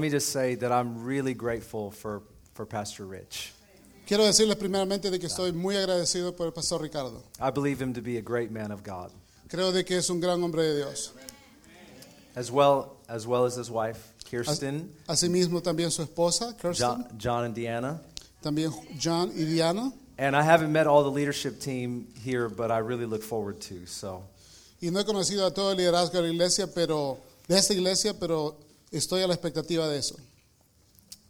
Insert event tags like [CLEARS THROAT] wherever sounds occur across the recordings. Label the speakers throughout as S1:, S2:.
S1: Let me just say that I'm really grateful for, for Pastor Rich.
S2: Quiero decirles primeramente de que estoy muy agradecido por el pastor Ricardo.
S1: I believe him to be a great man of God,
S2: Creo de que es un gran hombre de Dios.
S1: as well as, well as his wife, Kirsten,
S2: Asimismo también su esposa, Kirsten,
S1: John, John and Deanna.
S2: también John y Diana.
S1: And I haven't met all the leadership team here, but I really look forward to. So
S2: Y no he conocido a todo el liderazgo de la iglesia, pero de esta iglesia, pero estoy a la expectativa de eso.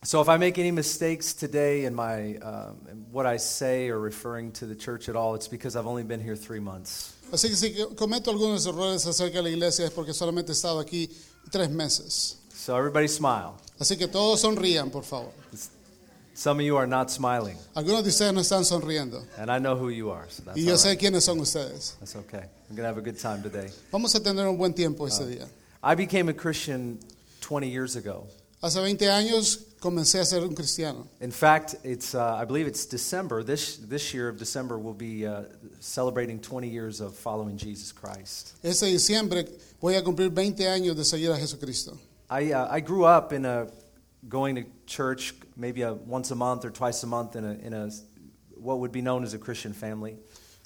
S1: So if I make any mistakes today in my um, in what I say or referring to the church at all, it's because I've only been here three months.
S2: Así que si cometo algunos errores acerca de la iglesia es porque solamente he estado aquí tres meses.
S1: So everybody smile.
S2: Así que todos sonrían, por favor.
S1: Some of you are not smiling,
S2: Algunos de ustedes no están sonriendo.
S1: and I know who you are. So that's,
S2: Y yo
S1: all
S2: sé
S1: right.
S2: quiénes son ustedes.
S1: that's okay. I'm gonna have a good time today.
S2: Vamos a tener un buen tiempo
S1: Ah.
S2: este día.
S1: I became a Christian 20 years ago.
S2: Hace 20 años comencé a ser un cristiano.
S1: In fact, it's uh, I believe it's December this this year of December we'll be uh, celebrating 20 years of following Jesus Christ.
S2: Este diciembre voy a cumplir 20 años de seguir a Jesucristo.
S1: I, uh, I grew up in a going to church maybe a, once a month or twice a month in a, in a what would be known as a Christian family.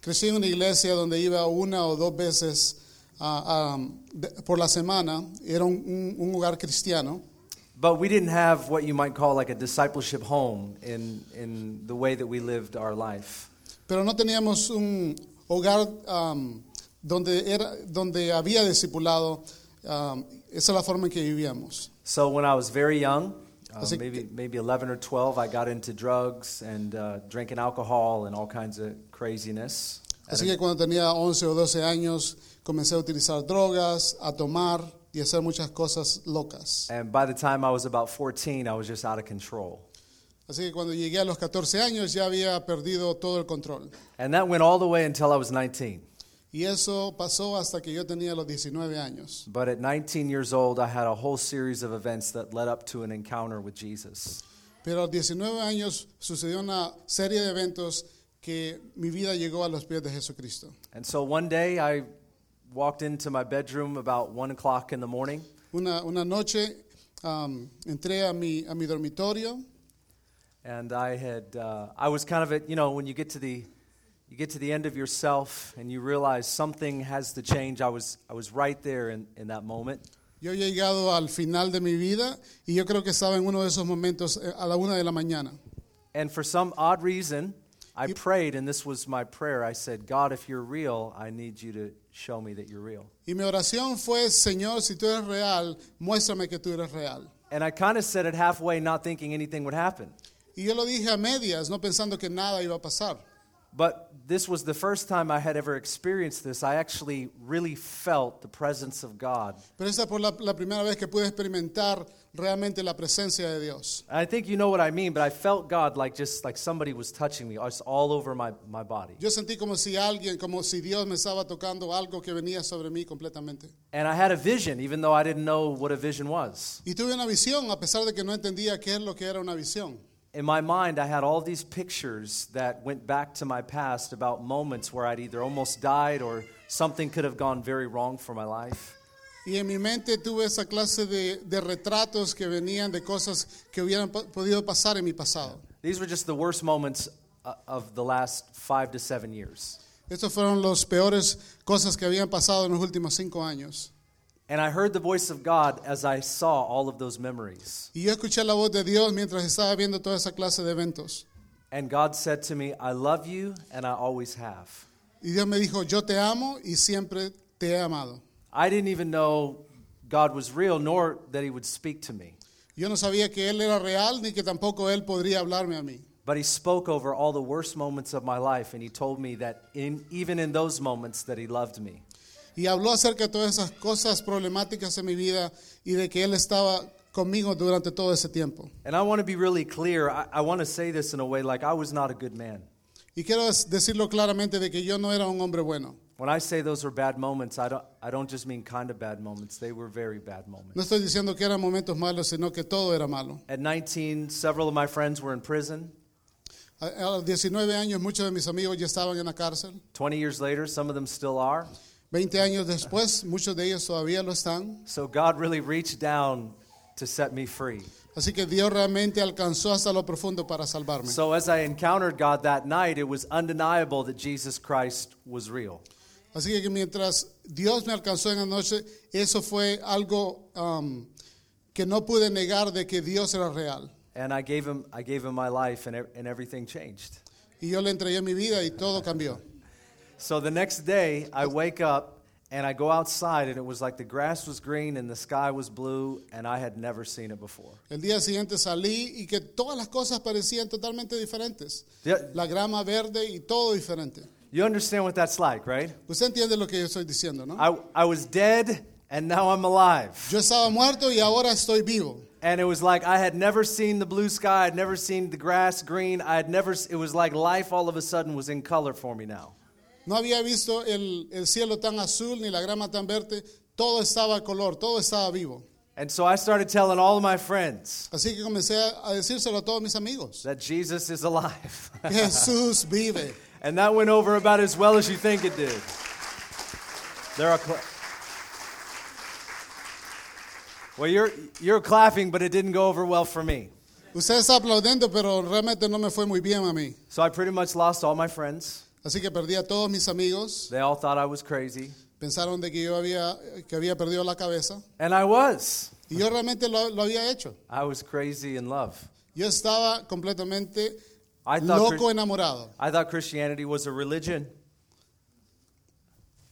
S2: Crecí en una iglesia donde iba una o dos veces ah, ah, de- por la semana. Era un, un- un hogar cristiano,
S1: But we didn't have what you might call like a discipleship home in, in the way that we lived our life.
S2: pero no teníamos un hogar ah, donde, era, donde había discipulado. Ah, esa es la forma en que vivíamos.
S1: So when I was very young, uh,
S2: Was it-
S1: maybe, maybe 11 or 12, I got into drugs and uh, drinking alcohol and all kinds of craziness.
S2: Así que cuando tenía 11 o 12 años comencé a utilizar drogas, a tomar y a hacer muchas cosas locas.
S1: And by the time I was about 14, I was just out of control.
S2: Así que cuando llegué a los 14 años ya había perdido todo el control.
S1: And that went all the way until I was 19.
S2: Y eso pasó hasta que yo tenía los 19 años.
S1: But at 19 years old, I had a whole series of events that led up to an encounter with Jesus.
S2: Pero a los 19 años sucedió una serie de eventos que mi vida llegó a los pies de Jesucristo.
S1: And so one day, I walked into my bedroom about 1 o'clock in the morning,
S2: Una, una noche am, entré a mi, a mi dormitorio
S1: and I had, uh, I was kind of at, you know, when you get to the, you get to the end of yourself and you realize something has to change. I was, I was right there in, in that moment.
S2: Yo he llegado al final de mi vida y yo creo que estaba en uno de esos momentos eh, a la una de la mañana.
S1: And for some odd reason, I prayed, and this was my prayer. I said, God, if you're real, I need you to show me that you're real.
S2: Y mi oración fue, Señor, si tú eres real, muéstrame que tú eres real.
S1: And I kind of said it halfway, not thinking anything would happen.
S2: Y yo lo dije a medias, no pensando que nada iba a pasar.
S1: But this was the first time I had ever experienced this. I actually really felt the presence of God.
S2: Pero esa fue la, la primera vez que pude experimentar realmente la presencia de Dios.
S1: And I think you know what I mean, but I felt God like just like somebody was touching me just all over my, my body.
S2: Yo sentí como si alguien, como si Dios me estaba tocando algo que venía sobre mí completamente.
S1: And I had a vision, even though I didn't know what a vision was.
S2: Y tuve una visión, a pesar de que no entendía qué es lo que era una visión.
S1: In my mind, I had all these pictures that went back to my past about moments where I'd either almost died or something could have gone very wrong for my life.
S2: Y en mi mente tuve esa clase de, de retratos que venían de cosas que hubieran po- podido pasar en mi pasado.
S1: These were just the worst moments uh, of the last five to seven years.
S2: Estos fueron los peores cosas que habían pasado en los últimos cinco años.
S1: And I heard the voice of God as I saw all of those memories.
S2: Y yo escuché la voz de Dios mientras estaba viendo toda esa clase de eventos.
S1: And God said to me, I love you and I always have.
S2: Y Dios me dijo, yo te amo y siempre te he amado.
S1: I didn't even know God was real nor that He would speak to me.
S2: Yo no sabía que Él era real ni que tampoco Él podría hablarme a mí.
S1: But He spoke over all the worst moments of my life and He told me that in, even in those moments that He loved me.
S2: Y habló acerca de todas esas cosas problemáticas en mi vida y de que Él estaba conmigo durante todo ese tiempo.
S1: And I want to be really clear. I, I want to say this in a way like I was not a good man.
S2: Y quiero des- decirlo claramente de que yo no era un hombre bueno.
S1: When I say those were bad moments, I don't, I don't just mean kind of bad moments. They were very bad moments.
S2: No estoy diciendo que eran momentos malos, sino que todo era malo.
S1: At 19, several of my friends were in prison.
S2: A a los 19 años muchos de mis amigos ya estaban en la cárcel.
S1: 20 years later, some of them still are.
S2: 20 años después, muchos de ellos todavía lo están.
S1: So God really reached down to set me free.
S2: Así que Dios realmente alcanzó hasta lo profundo para salvarme.
S1: So as I encountered God that night, it was undeniable that Jesus Christ was real.
S2: Así que mientras Dios me alcanzó en la noche, eso fue algo um, que no pude negar de que Dios era real.
S1: And I gave him, I gave him my life, and, ev- and everything changed.
S2: Y yo le entregué mi vida y todo cambió.
S1: So the next day, I wake up and I go outside, and it was like the grass was green and the sky was blue, and I had never seen it before.
S2: El día siguiente salí y que todas las cosas parecían totalmente diferentes.
S1: Yeah.
S2: La grama verde y todo diferente.
S1: You understand what that's like, right?
S2: Usted entiende lo que yo estoy diciendo, ¿no?
S1: I, I was dead, and now I'm alive.
S2: Yo estaba muerto y ahora estoy vivo.
S1: And it was like I had never seen the blue sky, I'd never seen the grass green, I had never, s- it was like life all of a sudden was in color for me now.
S2: No había visto el, el cielo tan azul ni la grama tan verde. Todo estaba a color, todo estaba vivo.
S1: And so I started telling all of my friends
S2: Así que comencé a a decírselo a todos mis amigos.
S1: that Jesus is alive. [LAUGHS]
S2: Jesús vive.
S1: and that went over about as well as you think it did. There are. Cla- well, you're you're clapping, but it didn't go over well for me.
S2: Usted está aplaudiendo, pero realmente no me fue muy bien a mí.
S1: So I pretty much lost all my friends.
S2: Así que perdí a todos mis amigos.
S1: They all thought I was crazy,
S2: Pensaron de que yo había, que había perdido la cabeza.
S1: and I was.
S2: Y yo realmente lo, lo había hecho.
S1: I was crazy in love.
S2: Yo estaba completamente
S1: I thought Chris-
S2: loco enamorado.
S1: I thought Christianity was a religion.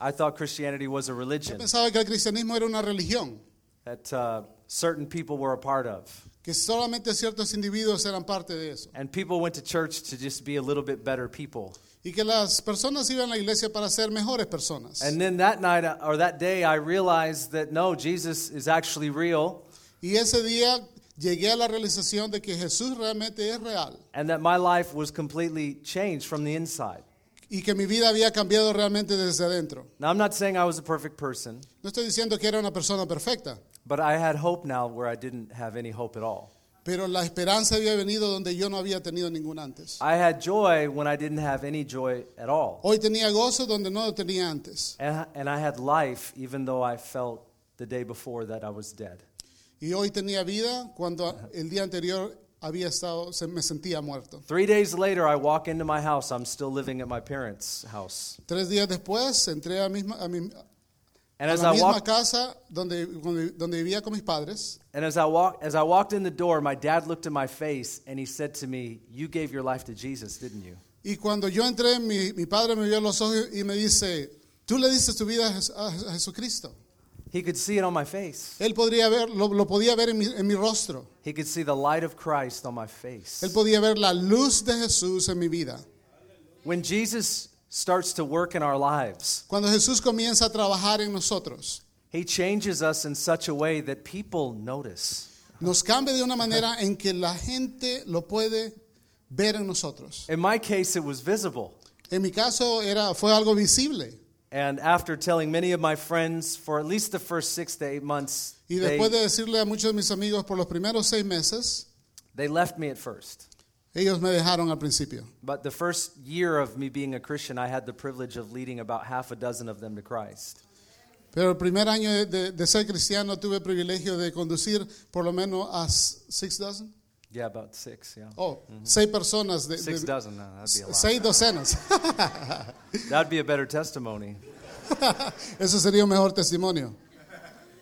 S1: I thought Christianity was a religion
S2: Pensaba que el cristianismo era una religión,
S1: that uh, certain people were a part of.
S2: que solamente ciertos individuos eran parte de eso.
S1: And people went to church to just be a little bit better people.
S2: Y que las personas iban a la iglesia para ser mejores personas.
S1: And then that night uh, or that day, I realized that no, Jesus is actually real
S2: Y ese día llegué a la realización de que Jesús realmente es real
S1: and that my life was completely changed from the inside.
S2: y que mi vida había cambiado realmente desde adentro.
S1: Now, I'm not saying I was a perfect person,
S2: No estoy diciendo que era una persona perfecta,
S1: but I had hope now where I didn't have any hope at all.
S2: pero la esperanza había venido donde yo no había tenido ninguna antes.
S1: I had joy when I didn't have any joy at all.
S2: Hoy tenía gozo donde no lo tenía antes.
S1: And, and I had life even though I felt the day before that I was dead.
S2: Y hoy tenía vida cuando el día anterior había estado, se- me sentía muerto.
S1: Three days later, I walk into my house. I'm still living at my parents' house.
S2: Tres días después entré a, misma- a mi,
S1: And
S2: a
S1: as
S2: la
S1: I
S2: misma
S1: walked,
S2: casa donde, donde, donde vivía con mis padres.
S1: And as I, walk, as I walked in the door, my dad looked in my face and he said to me, You gave your life to Jesus, didn't you?
S2: Y cuando yo entré, mi, mi padre me vio a los ojos y me dice, tú le diste tu vida a Jes- a, Je- a Jesucristo.
S1: He could see it on my face.
S2: Él podría ver, lo, lo podía ver en mi, en mi rostro.
S1: He could see the light of Christ on my
S2: Él
S1: face.
S2: podía ver la luz de Jesús en mi vida.
S1: When Jesus starts to work in our lives,
S2: Cuando Jesús comienza a trabajar en nosotros,
S1: he changes us in such a way that people notice.
S2: nos cambia de una manera en que la gente lo puede ver en nosotros.
S1: In my case, it was visible.
S2: En mi caso era, fue algo visible.
S1: And after telling many of my friends for at least the first six to eight months,
S2: Y
S1: they,
S2: después de decirle a muchos de mis amigos por los primeros seis meses,
S1: they left me at first.
S2: ellos me dejaron al principio.
S1: But the first year of me being a Christian, I had the privilege of leading about half a dozen of them to Christ.
S2: Pero el primer año de, de- de ser cristiano tuve el privilegio de conducir por lo menos a s- six dozen.
S1: Yeah, about six, yeah.
S2: Oh, seis personas. De,
S1: Six
S2: de-
S1: dozen, no, that'd be a lot.
S2: seis docenas. [LAUGHS]
S1: That'd be a better testimony.
S2: Eso sería un mejor testimonio.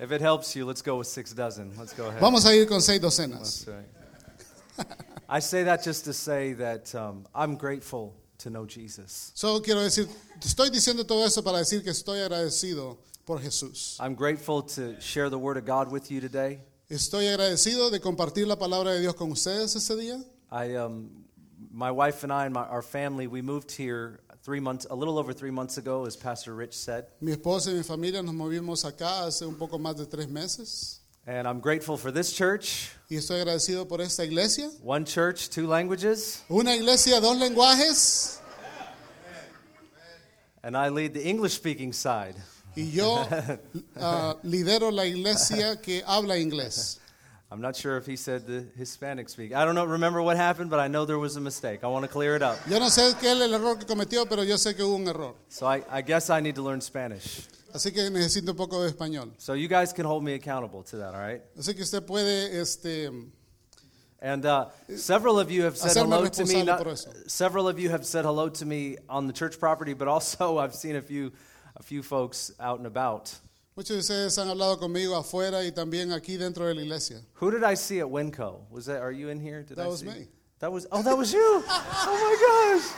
S1: If it helps you, let's go with six dozen. Let's go ahead.
S2: Vamos a ir con seis docenas.
S1: That's right. I say that just to say that um, I'm grateful to know Jesus.
S2: Solo quiero decir, estoy diciendo todo eso para decir que estoy agradecido por Jesús.
S1: I'm grateful to share the Word of God with you today.
S2: Estoy agradecido de compartir la palabra de Dios con ustedes este día.
S1: I, um, my wife and I and my, our family, we moved here three months, a little over three months ago, as Pastor Rich said.
S2: Mi esposa y mi familia nos movimos acá hace un poco más de tres meses
S1: And I'm grateful for this church,
S2: y estoy agradecido por esta iglesia.
S1: one church, two languages,
S2: Una iglesia, dos lenguajes
S1: and I lead the English speaking side.
S2: y yo ah, lidero la iglesia que habla inglés.
S1: I'm not sure if he said the Hispanic speak. I don't know, remember what happened, but I know there was a mistake. I want to clear it up.
S2: Yo no sé qué es el error que cometió, pero yo sé que hubo un error.
S1: So I, I guess I need to learn Spanish.
S2: Así que necesito un poco de español.
S1: So you guys can hold me accountable to that, all right?
S2: Así que usted puede, este,
S1: And uh, several of you have said
S2: Hacerme
S1: hello to me.
S2: responsable por eso.
S1: several of you have said hello to me on the church property, but also [LAUGHS] I've seen a few, a few folks out and about.
S2: muchos de ustedes han hablado conmigo afuera y también aquí dentro de la iglesia.
S1: Who did I see at Winco? Was that? Are you in here? Did
S2: That
S1: I
S2: was
S1: see-
S2: me.
S1: That was. Oh, that was you.
S2: [LAUGHS]
S1: oh my gosh.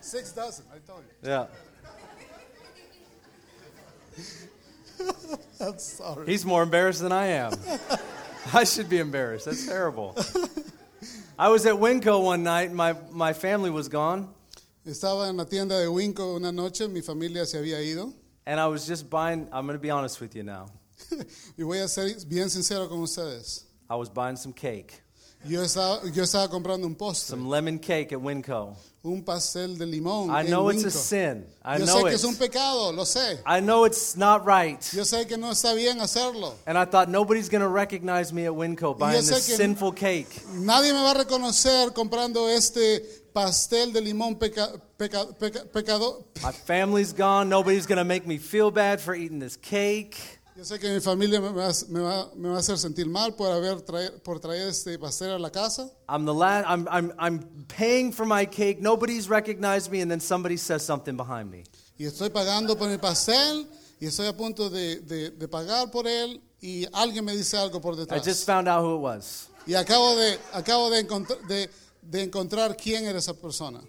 S2: Six dozen, I told you.
S1: Yeah.
S2: [LAUGHS] I'm sorry.
S1: He's more embarrassed than I am. [LAUGHS] I should be embarrassed. That's terrible. I was at Winco one night. And my my family was gone,
S2: Estaba en la tienda de Winco una noche, mi familia se había ido. [LAUGHS]
S1: and I was just buying. I'm going to be honest with you now.
S2: y voy a ser bien sincero con ustedes.
S1: I was buying some cake,
S2: Yo estaba, yo estaba comprando un postre,
S1: some lemon cake at Winco.
S2: un pastel de limón.
S1: I
S2: en
S1: know it's a
S2: Winco.
S1: sin. I
S2: yo
S1: know
S2: sé que
S1: it.
S2: es un pecado, lo sé.
S1: I know it's not right.
S2: Yo sé que no está bien hacerlo.
S1: And I thought nobody's going to recognize me at Winco buying
S2: sé
S1: this
S2: que-
S1: sinful cake.
S2: Nadie me va a reconocer comprando este pastel de limón peca, peca- peca- pecado.
S1: My family's gone. Nobody's going to make me feel bad for eating this cake.
S2: Yo sé que mi familia me va, a- me va- me va a hacer sentir mal por, haber traer, por traer este pastel a la casa.
S1: I'm the last. I'm, I'm, I'm paying for my cake. Nobody's recognized me, and then somebody says something behind me.
S2: Y estoy pagando por el pastel y estoy a punto de, de- de pagar por él y alguien me dice algo por
S1: I
S2: detrás.
S1: just found out who it was.
S2: Y acabo de, acabo de, encontr- de, de encontrar quién era esa persona.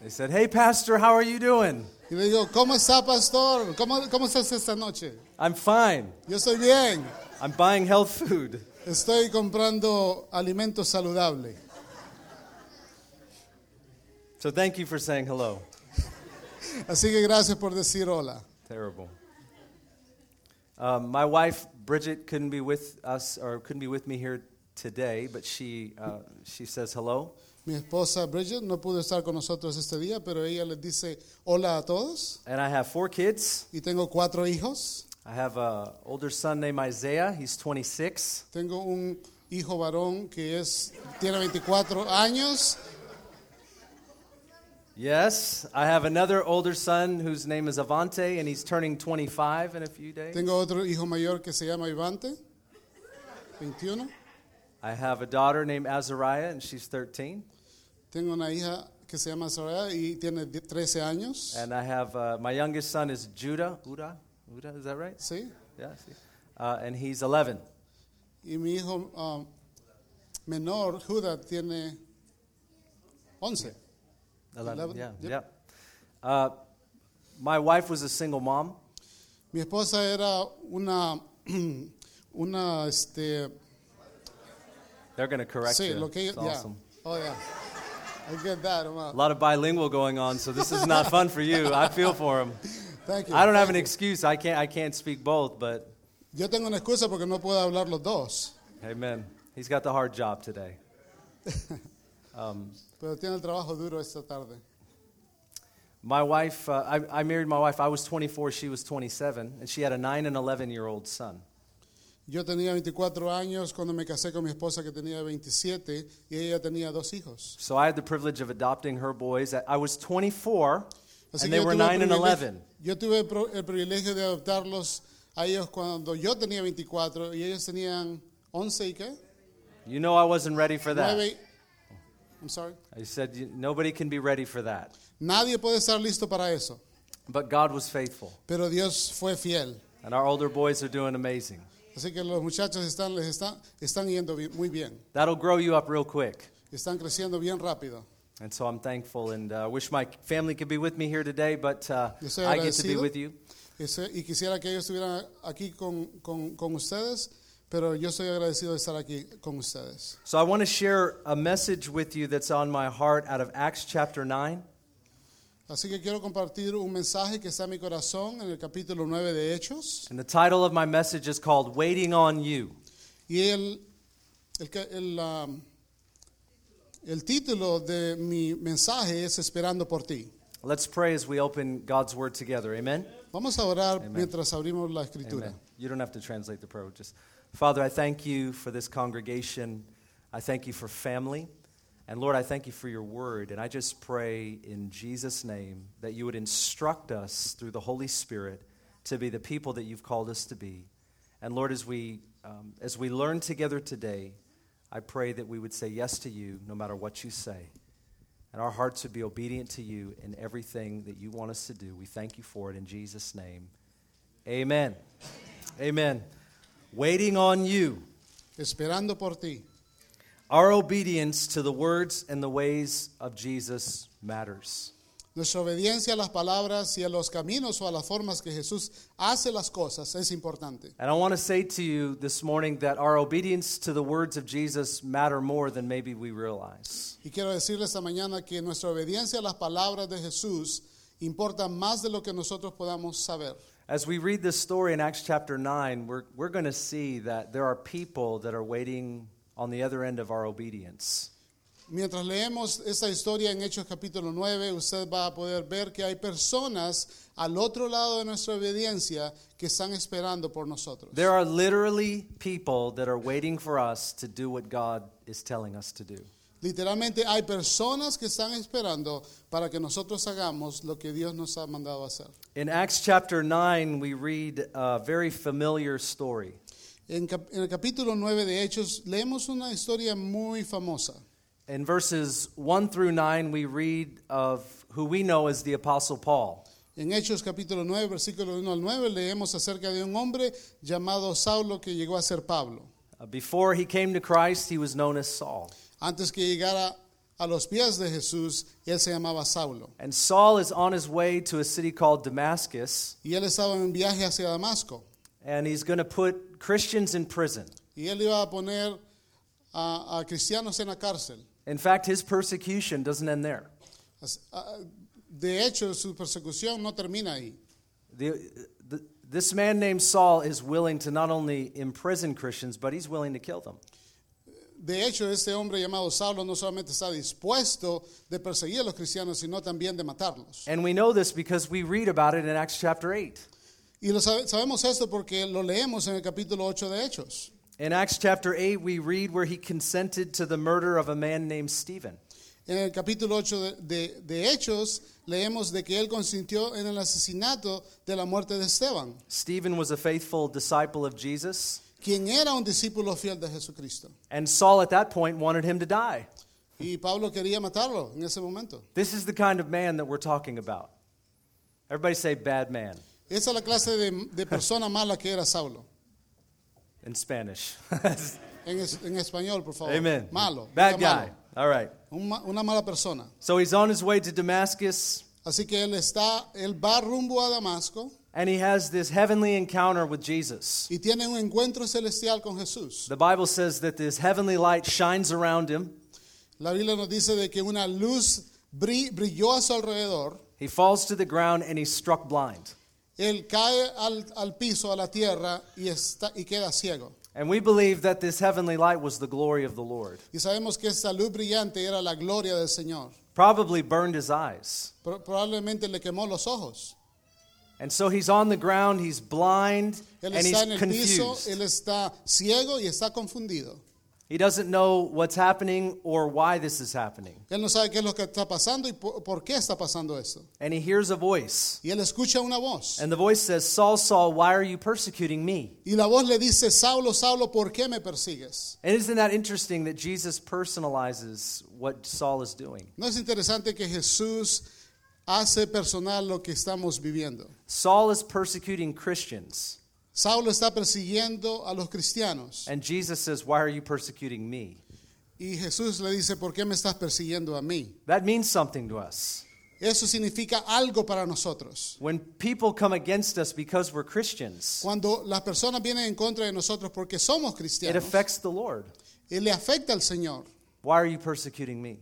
S1: They said, "Hey, pastor, how are you doing?"
S2: Y le digo, ¿cómo está, pastor? ¿Cómo, cómo estás esta noche?
S1: I'm fine.
S2: Yo estoy bien.
S1: I'm buying health food.
S2: Estoy comprando alimentos saludables.
S1: So thank you for saying hello.
S2: Así que gracias por decir hola.
S1: Terrible. Um, my wife Bridget couldn't be with us or couldn't be with me here today, but she uh, she says hello.
S2: Mi esposa Bridget no pudo estar con nosotros este día, pero ella les dice hola a todos.
S1: And I have four kids.
S2: Y tengo cuatro hijos.
S1: I have an older son named Isaiah. He's 26.
S2: Tengo un hijo varón que es, tiene 24 años.
S1: Yes, I have another older son whose name is Avante, and he's turning 25 in a few days.
S2: Tengo otro hijo mayor que se llama Ivante, 21.
S1: I have a daughter named Azariah, and she's 13.
S2: Tengo una hija que se llama Soraya y tiene 13 años.
S1: And I have uh, my youngest son is Judah. Uda? Uda, is that right?
S2: ¿sí?
S1: Yeah, I see. Uh, and he's 11.
S2: Y mi hijo um, menor, Judah, tiene 11.
S1: 11,
S2: Eleven,
S1: yeah.
S2: yep.
S1: yep. Uh, my wife was a single mom,
S2: Mi esposa era una, [CLEARS THROAT] una, este,
S1: they're going to correct
S2: sí,
S1: you.
S2: lo que
S1: it's
S2: ella, yeah.
S1: awesome.
S2: Oh, yeah. I get that,
S1: A
S2: Omar.
S1: lot of bilingual going on, so this is not fun for you. I feel for him.
S2: Thank you.
S1: I don't have an
S2: Thank
S1: excuse. I can't, I can't speak both, but
S2: you. Yo tengo una excusa porque no puedo hablar los dos,
S1: amen. He's got the hard job today.
S2: pero tiene el trabajo duro esta tarde.
S1: My wife, uh, I, I married my wife. I was 24, she was 27, and she had a 9 and 11 year old son.
S2: Yo tenía 24 años cuando me casé con mi esposa que tenía 27 y ella tenía dos hijos.
S1: So I had the privilege of adopting her boys. I- I was 24, and they
S2: yo
S1: were
S2: tuve el
S1: 9 and
S2: privilegio-
S1: 11.
S2: Yo tuve el pro- el privilegio de adoptarlos a ellos cuando yo tenía 24 y ellos tenían 11 y qué?
S1: You know I wasn't ready for that.
S2: 9. I'm sorry.
S1: I said, "You- nobody can be ready for that.
S2: Nadie puede estar listo para eso,
S1: But God was faithful,
S2: pero Dios fue fiel.
S1: and our older boys are doing amazing.
S2: Así que los muchachos están, les están, están yendo bi- muy bien,
S1: That'll grow you up real quick.
S2: están creciendo bien rápido.
S1: And so I'm thankful, and uh, I wish my family could be with me here today, but uh,
S2: Yo soy
S1: I get to be
S2: agradecido.
S1: with you.
S2: Ese- Y quisiera que ellos estuvieran aquí con, con- con ustedes, pero yo estoy agradecido de estar aquí con ustedes.
S1: So I want to share a message with you that's on my heart out of Acts chapter 9.
S2: Así que quiero compartir un mensaje que está en mi corazón en el capítulo 9 de Hechos.
S1: And the title of my message is called Waiting on You.
S2: Y el, el, que- el, um, el título de mi mensaje es Esperando por ti.
S1: Let's pray as we open God's word together. Amen.
S2: Vamos a orar mientras abrimos la escritura.
S1: Amen. You don't have to translate the prayer. Just Father, I thank you for this congregation. I thank you for family. And Lord, I thank you for your word. And I just pray in Jesus' name that you would instruct us through the Holy Spirit to be the people that you've called us to be. And Lord, as we, um, as we learn together today, I pray that we would say yes to you no matter what you say. And our hearts would be obedient to you in everything that you want us to do. We thank you for it in Jesus' name. Amen. Amen. Waiting on you.
S2: Esperando por ti.
S1: Our obedience to the words and the ways of Jesus matters.
S2: Nuestra obediencia a las palabras y a los caminos o a las formas que Jesús hace las cosas es importante.
S1: And I want to say to you this morning that our obedience to the words of Jesus matter more than maybe we realize.
S2: Y quiero decirle esta mañana que nuestra obediencia a las palabras de Jesús importa más de lo que nosotros podamos saber.
S1: As we read this story in Acts chapter 9, we're, we're going to see that there are people that are waiting on the other end of our obedience.
S2: Mientras leemos esta historia en Hechos capítulo 9, usted va a poder ver que hay personas al otro lado de nuestra obediencia que están esperando por nosotros.
S1: There are literally people that are waiting for us to do what God is telling us to do.
S2: Literalmente hay personas que están esperando para que nosotros hagamos lo que Dios nos ha mandado a hacer.
S1: In Acts chapter 9, we read a very familiar story.
S2: En, cap- en el capítulo 9 de Hechos leemos una historia muy famosa.
S1: In verses 1 through 9, we read of who we know as the Apostle Paul.
S2: En Hechos capítulo 9, versículo 1 al 9 leemos acerca de un hombre llamado Saulo que llegó a ser Pablo.
S1: Uh, Before he came to Christ, he was known as Saul.
S2: Antes que llegara a los pies de Jesús, él se llamaba Saulo.
S1: And Saul is on his way to a city called Damascus,
S2: Y él estaba en viaje hacia Damasco.
S1: and he's going to put Christians in prison.
S2: Y él iba a poner a, a cristianos en la cárcel.
S1: In fact, his persecution doesn't end there.
S2: As- a- De hecho, su persecución no termina ahí.
S1: The, the, this man named Saul is willing to not only imprison Christians, but he's willing to kill them.
S2: De hecho, este hombre llamado Saulo no solamente está dispuesto de perseguir a los cristianos, sino también de matarlos.
S1: And we know this because we read about it in Acts chapter 8.
S2: Y lo sabe- sabemos esto porque lo leemos en el capítulo 8 de Hechos.
S1: In Acts chapter 8, we read where he consented to the murder of a man named Stephen.
S2: En el capítulo 8 de, de- de Hechos leemos de que él consintió en el asesinato de la muerte de Esteban,
S1: Stephen was a faithful disciple of Jesus,
S2: quien era un discípulo fiel de Jesucristo.
S1: and Saul at that point wanted him to die.
S2: Y Pablo quería matarlo en ese momento.
S1: This is the kind of man that we're talking about. Everybody say bad man
S2: Esa es la clase de, de persona mala que era Saulo.
S1: in Spanish. [LAUGHS]
S2: En, es- en español, por favor.
S1: Amen.
S2: Oh, Malo.
S1: Bad
S2: Era
S1: guy.
S2: malo.
S1: All right.
S2: Un ma- una mala persona.
S1: So he's on his way to Damascus.
S2: Así que él está, él va rumbo a Damasco
S1: and he has this heavenly encounter with Jesus.
S2: y tiene un encuentro celestial con Jesús.
S1: The Bible says that this heavenly light shines around him.
S2: La Biblia nos dice de que una luz bri- brilló a su alrededor.
S1: He falls to the ground and he's struck blind.
S2: Él cae al, al piso, a la tierra y, está, y queda ciego.
S1: And we believe that this heavenly light was the glory of the Lord.
S2: Y sabemos que esta luz brillante era la gloria del Señor.
S1: Probably burned his eyes.
S2: Pro- probablemente le quemó los ojos.
S1: And so he's on the ground, he's blind,
S2: Él
S1: and
S2: está
S1: he's
S2: en el piso,
S1: confused.
S2: él está ciego y está confundido.
S1: He doesn't know what's happening or why this is happening.
S2: Él no sabe qué es lo que está pasando y por, por qué está pasando esto.
S1: And he hears a voice.
S2: Y él escucha una voz.
S1: And the voice says, Saul, Saul, why are you persecuting me?
S2: Y la voz le dice, Saulo, Saulo, ¿por qué me persigues?
S1: And isn't that interesting that Jesus personalizes what Saul is doing?
S2: ¿No es interesante que Jesús hace personal lo que estamos viviendo?
S1: Saul is persecuting Christians,
S2: Saulo está persiguiendo a los cristianos.
S1: and Jesus says, Why are you persecuting me?
S2: Y Jesús le dice, ¿por qué me estás persiguiendo a mí?
S1: That means something to us.
S2: Eso significa algo para nosotros.
S1: When people come against us because we're Christians,
S2: Cuando las personas vienen en contra de nosotros porque somos
S1: it
S2: cristianos,
S1: affects the Lord.
S2: y le afecta al Señor.
S1: Why are you persecuting me?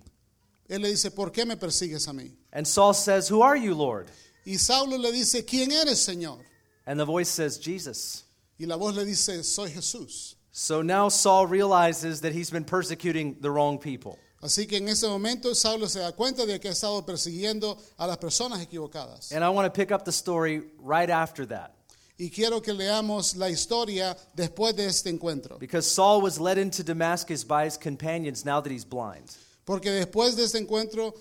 S2: Él le dice, ¿por qué me persigues a mí?
S1: And Saul says, Who are you, Lord?
S2: Y Saulo le dice, ¿quién eres, Señor?
S1: And the voice says, Jesus.
S2: Y la voz le dice, soy Jesús.
S1: So now Saul realizes that he's been persecuting the wrong people.
S2: Así que en ese momento Saulo se da cuenta de que ha estado persiguiendo a las personas equivocadas.
S1: And I want to pick up the story right after that
S2: Y quiero que leamos la historia después de este encuentro.
S1: because Saul was led into Damascus by his companions now that he's blind.
S2: Porque después de este encuentro,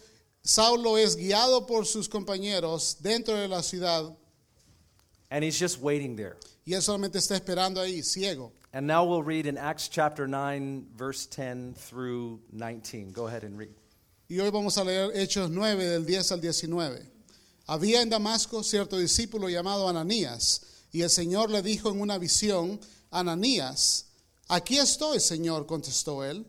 S2: Saulo es guiado por sus compañeros dentro de la ciudad
S1: And he's just waiting there.
S2: y él solamente está esperando ahí, ciego.
S1: And now we'll read in Acts chapter 9, verse 10 through 19. Go ahead and read.
S2: Y hoy vamos a leer Hechos 9, del 10 al 19. Había en Damasco cierto discípulo llamado Ananías, y el Señor le dijo en una visión, Ananías, aquí estoy, Señor, contestó él.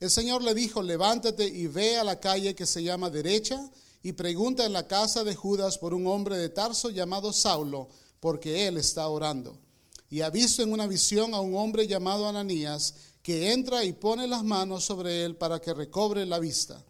S2: El Señor le dijo, levántate y ve a la calle que se llama derecha, y pregunta en la casa de Judas por un hombre de Tarso llamado Saulo, porque él está orando. Y ha visto en una visión a un hombre llamado Ananías, que entra y pone las manos sobre él para que recobre la vista.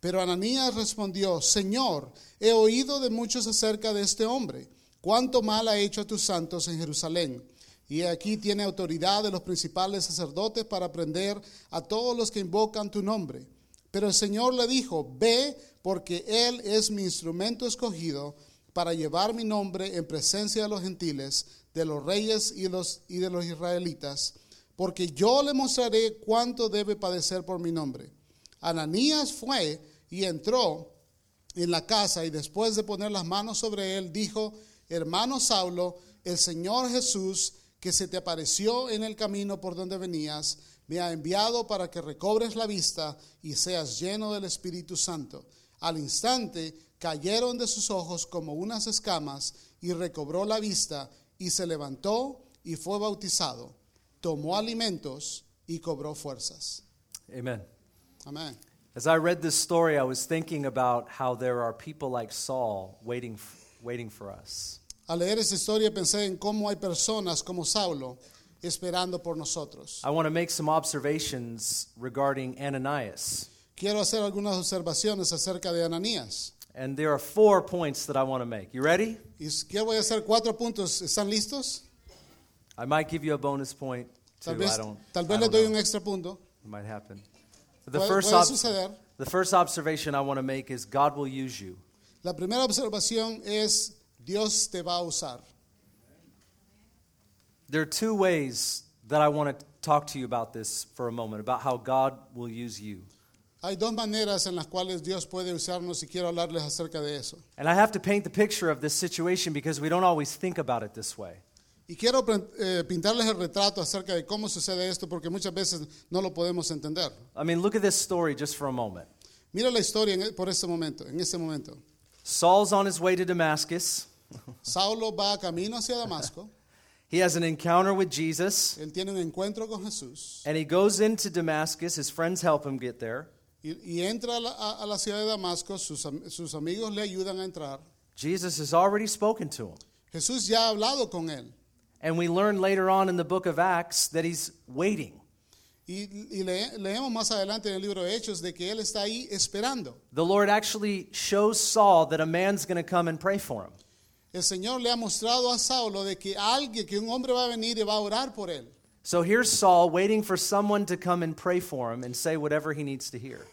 S2: Pero Ananías respondió, Señor, he oído de muchos acerca de este hombre, cuánto mal ha hecho a tus santos en Jerusalén. Y he aquí tiene autoridad de los principales sacerdotes para prender a todos los que invocan tu nombre. Pero el Señor le dijo, ve, porque él es mi instrumento escogido para llevar mi nombre en presencia de los gentiles, de los reyes y, los, y de los israelitas, porque yo le mostraré cuánto debe padecer por mi nombre. Ananías fue y entró en la casa y después de poner las manos sobre él dijo, hermano Saulo, el Señor Jesús que se te apareció en el camino por donde venías, me ha enviado para que recobres la vista y seas lleno del Espíritu Santo. Al instante cayeron de sus ojos como unas escamas y recobró la vista y se levantó y fue bautizado. Tomó alimentos y cobró fuerzas.
S1: Amen.
S2: Amén.
S1: As I read this story, I was thinking about how there are people like Saul waiting, waiting for us.
S2: Al leer esta historia pensé en cómo hay personas como Saulo esperando por nosotros.
S1: I want to make some observations regarding Ananias.
S2: Quiero hacer algunas observaciones acerca de Ananías.
S1: And there are four points that I want to make. You ready?
S2: Y s- quiero voy a hacer cuatro puntos. ¿Están listos?
S1: I might give you a bonus point. Too.
S2: Tal
S1: I
S2: vez,
S1: don't,
S2: tal
S1: I
S2: vez
S1: don't
S2: les doy
S1: know.
S2: un extra punto.
S1: It might happen. The
S2: Puede-
S1: first,
S2: puede
S1: ob-
S2: suceder.
S1: the first observation I want to make is God will use you.
S2: La primera observación es Dios te va a usar.
S1: There are two ways that I want to talk to you about this for a moment, about how God will use you.
S2: Hay dos maneras en las cuales Dios puede usarnos y quiero hablarles acerca de eso.
S1: And I have to paint the picture of this situation because we don't always think about it this way.
S2: Y quiero pre- eh, pintarles el retrato acerca de cómo sucede esto porque muchas veces no lo podemos entender.
S1: I mean, look at this story just for a moment.
S2: Mira la historia en- por este momento, en este momento.
S1: Saul's on his way to Damascus.
S2: Saulo va camino hacia Damasco,
S1: He has an encounter with Jesus,
S2: él tiene un encuentro con Jesús
S1: and he goes into Damascus. His friends help him get there.
S2: y, y entra a la, a- a la ciudad de Damasco, sus, am- sus amigos le ayudan a entrar.
S1: Jesus has already spoken to him.
S2: Jesús ya ha hablado con él
S1: And we learn later on in the book of Acts that he's waiting.
S2: y, y le- leemos más adelante en el libro de Hechos de que él está ahí esperando.
S1: The Lord actually shows Saul that a man's going to come and pray for him.
S2: El Señor le ha mostrado a Saulo de que alguien, que un hombre va a venir y va a orar por él.
S1: So here's Saul waiting for someone to come and pray for him and say whatever he needs to hear.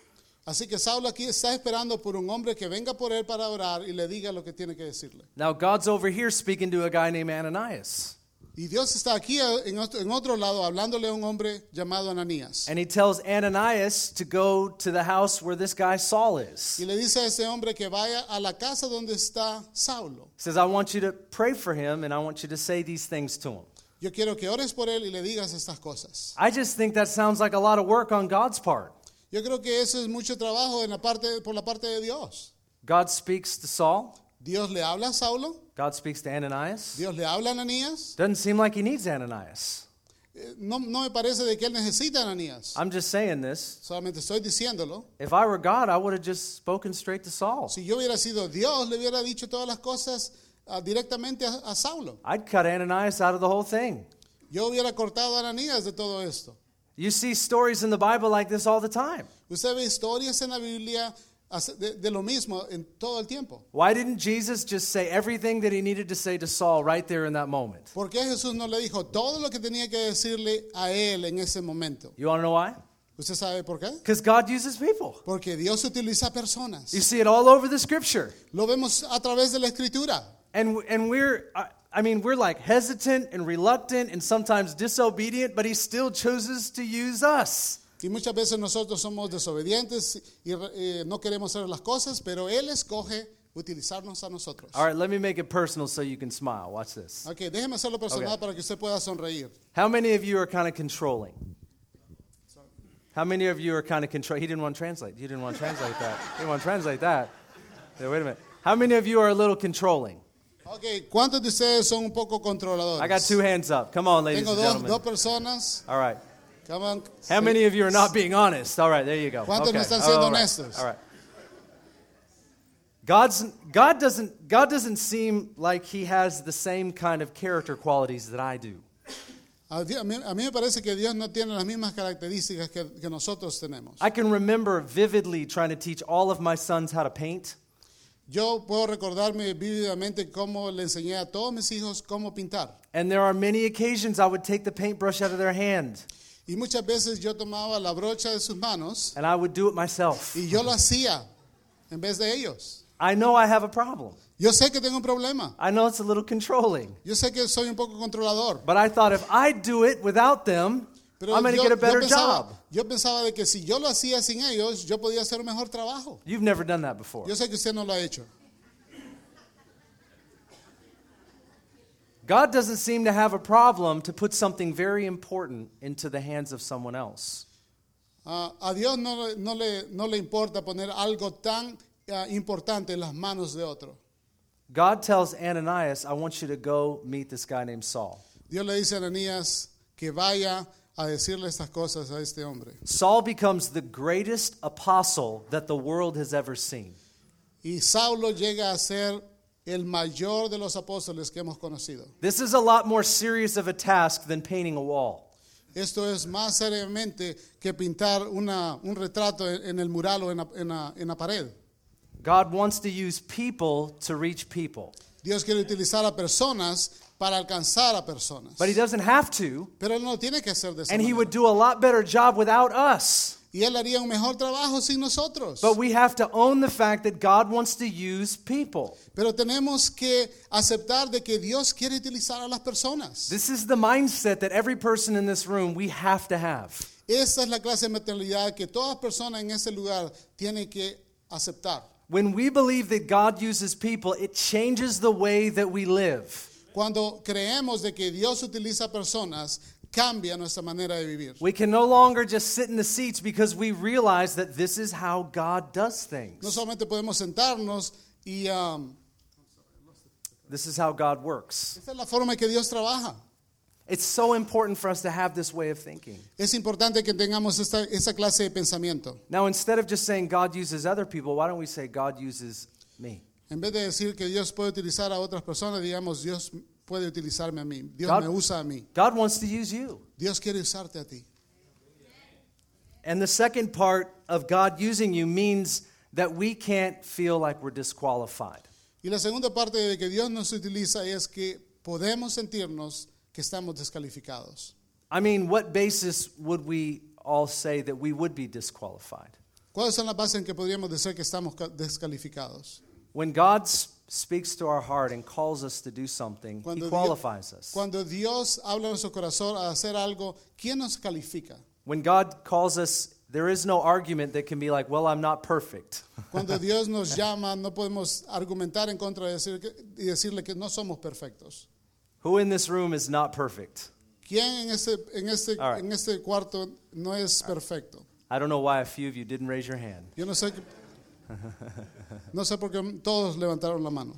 S2: Así que Saulo aquí está esperando por un hombre que venga por él para orar y le diga lo que tiene que decirle.
S1: Now, God's over here speaking to a guy named Ananias,
S2: Y Dios está aquí eh, en otro, en otro lado hablándole a un hombre llamado Ananías.
S1: and he tells Ananias to go to the house where this guy Saul is. He
S2: Y le dice a ese hombre que vaya a la casa donde está Saulo.
S1: says, I want you to pray for him, and I want you to say these things to him.
S2: Yo quiero que ores por él y le digas estas cosas.
S1: I just think that sounds like a lot of work on God's part.
S2: Yo creo que eso es mucho trabajo en la parte, por la parte de Dios.
S1: God speaks to Saul,
S2: Dios le habla a Saulo,
S1: God speaks to Ananias.
S2: Dios le habla a Ananías.
S1: Doesn't seem like he needs Ananias.
S2: Eh, No, no me parece de que él necesita a Ananías.
S1: I'm just saying this.
S2: Solamente estoy diciéndolo.
S1: If I were God, I would have just spoken straight to Saul.
S2: Si yo hubiera sido Dios, le hubiera dicho todas las cosas ah, directamente a, a Saulo.
S1: I'd cut Ananias out of the whole thing.
S2: Yo hubiera cortado a Ananías de todo esto.
S1: You see stories in the Bible like this all the time.
S2: Usted ve historias en la Biblia hace- de- de lo mismo en todo el tiempo.
S1: Why didn't Jesus just say everything that he needed to say to Saul right there in that moment?
S2: ¿Por qué Jesús no le dijo todo lo que tenía que decirle a él en ese momento?
S1: You want to know why?
S2: ¿Usted sabe por qué?
S1: Because God uses people.
S2: Porque Dios utiliza personas.
S1: You see it all over the scripture.
S2: Lo vemos a través de la escritura.
S1: And, and we're, I- I mean, we're like hesitant and reluctant and sometimes disobedient, but he still chooses to use us.
S2: Y muchas veces nosotros somos desobedientes y eh, no queremos hacer las cosas, pero Él escoge utilizarnos a nosotros.
S1: All right, let me make it personal so you can smile. Watch this.
S2: Ok, déjeme hacerlo personal
S1: Ok.
S2: para que usted pueda sonreír.
S1: How many of you are kind of controlling? How many of you are kind of control? He didn't want to translate. You didn't want to translate that. He didn't want to translate that. Yeah, wait a minute. How many of you are a little controlling?
S2: Ok, ¿cuántos de ustedes son un poco
S1: I got
S2: controladores?
S1: two hands up. Come on, ladies
S2: Tengo
S1: and
S2: dos, dos
S1: gentlemen.
S2: personas.
S1: All right.
S2: Come on.
S1: How
S2: Sí.
S1: many of you are not being honest? All right, there you go.
S2: ¿Cuántos
S1: Okay,
S2: no están siendo
S1: all right,
S2: honestos?
S1: All right. God's, God, doesn't, God doesn't seem like he has the same kind of character qualities that I do.
S2: A, Di- a mí, a mí me parece que Dios no tiene las mismas características que, que nosotros tenemos.
S1: I can remember vividly trying to teach all of my sons how to paint.
S2: Yo puedo recordarme vívidamente cómo le enseñé a todos mis hijos cómo pintar.
S1: And there are many occasions I would take the paintbrush out of their hand
S2: Y muchas veces yo tomaba la brocha de sus manos
S1: and I would do it myself.
S2: y yo lo hacía en vez de ellos.
S1: I know I have a problem.
S2: Yo sé que tengo un problema.
S1: I know it's a little controlling.
S2: Yo sé que soy un poco controlador.
S1: But I thought if I do it without them,
S2: Pero
S1: I'm going to
S2: yo,
S1: get a
S2: yo
S1: better
S2: pensaba,
S1: job.
S2: yo pensaba de que si yo lo hacía sin ellos, yo podía hacer un mejor trabajo.
S1: You've never done that before.
S2: Yo sé que usted no lo ha hecho.
S1: God doesn't seem to have a problem to put something very important into the hands of someone else.
S2: Ah, a Dios no, le- no le, no le importa poner algo tan ah, importante en las manos de otro.
S1: God tells Ananias, I want you to go meet this guy named Saul.
S2: Dios le dice a Ananías que vaya a decirle estas cosas a este hombre.
S1: Saul becomes the greatest apostle that the world has ever seen.
S2: Y Saulo llega a ser el mayor de los apóstoles que hemos conocido.
S1: This is a lot more serious of a task than painting a wall.
S2: Esto es más seriamente que pintar una- un retrato en, en el mural o en la, en la- en la pared.
S1: God wants to use people to reach people,
S2: Dios quiere utilizar a personas para alcanzar a personas.
S1: but he doesn't have to,
S2: Pero él no tiene que hacer de esa
S1: and he
S2: manera.
S1: would do a lot better job without us.
S2: Y él haría un mejor trabajo sin nosotros.
S1: But we have to own the fact that God wants to use people.
S2: Pero tenemos que aceptar de que Dios quiere utilizar a las personas.
S1: This is the mindset that every person in this room we have to have.
S2: Esa es la clase de mentalidad que todas personas en ese lugar tienen que aceptar.
S1: When we believe that God uses people, it changes the way that we live.
S2: Cuando creemos de que Dios utiliza personas, cambia nuestra manera de vivir.
S1: We can no longer just sit in the seats because we realize that this is how God does
S2: No
S1: things.
S2: solamente podemos sentarnos y um,
S1: This is how God works.
S2: esa es la forma en que Dios trabaja.
S1: It's so important for us to have this way of thinking.
S2: Es importante que tengamos esta, esa clase de pensamiento.
S1: Now, instead of just saying God uses other people, why don't we say God uses me?
S2: En vez de decir que Dios puede utilizar a otras personas, digamos, Dios puede utilizarme a mí. Dios
S1: God-
S2: me usa a mí.
S1: God wants to use you.
S2: Dios quiere usarte a ti.
S1: And the second part of God using you means that we can't feel like we're disqualified.
S2: Y la segunda parte de que Dios nos utiliza es que podemos sentirnos que estamos descalificados.
S1: I mean, what basis would we all say that we would be disqualified?
S2: ¿Cuáles son las bases en que podríamos decir que estamos ca- descalificados?
S1: When God s- speaks to our heart and calls us to do something,
S2: Cuando
S1: He
S2: Dios-
S1: qualifies us.
S2: Cuando Dios habla a nuestro corazón a hacer algo, ¿quién nos califica?
S1: When God calls us, there is no argument that can be like, well, I'm not perfect. [LAUGHS]
S2: Cuando Dios nos [LAUGHS] llama, no podemos argumentar en contra de decir que- y decirle que no somos perfectos.
S1: Who in this room is not perfect?
S2: ¿Quién en este, en este,
S1: All right. Ah.
S2: en este cuarto no es perfecto?
S1: I don't know why a few of you didn't raise your hand.
S2: Yo no sé, que- no sé por qué todos levantaron la mano.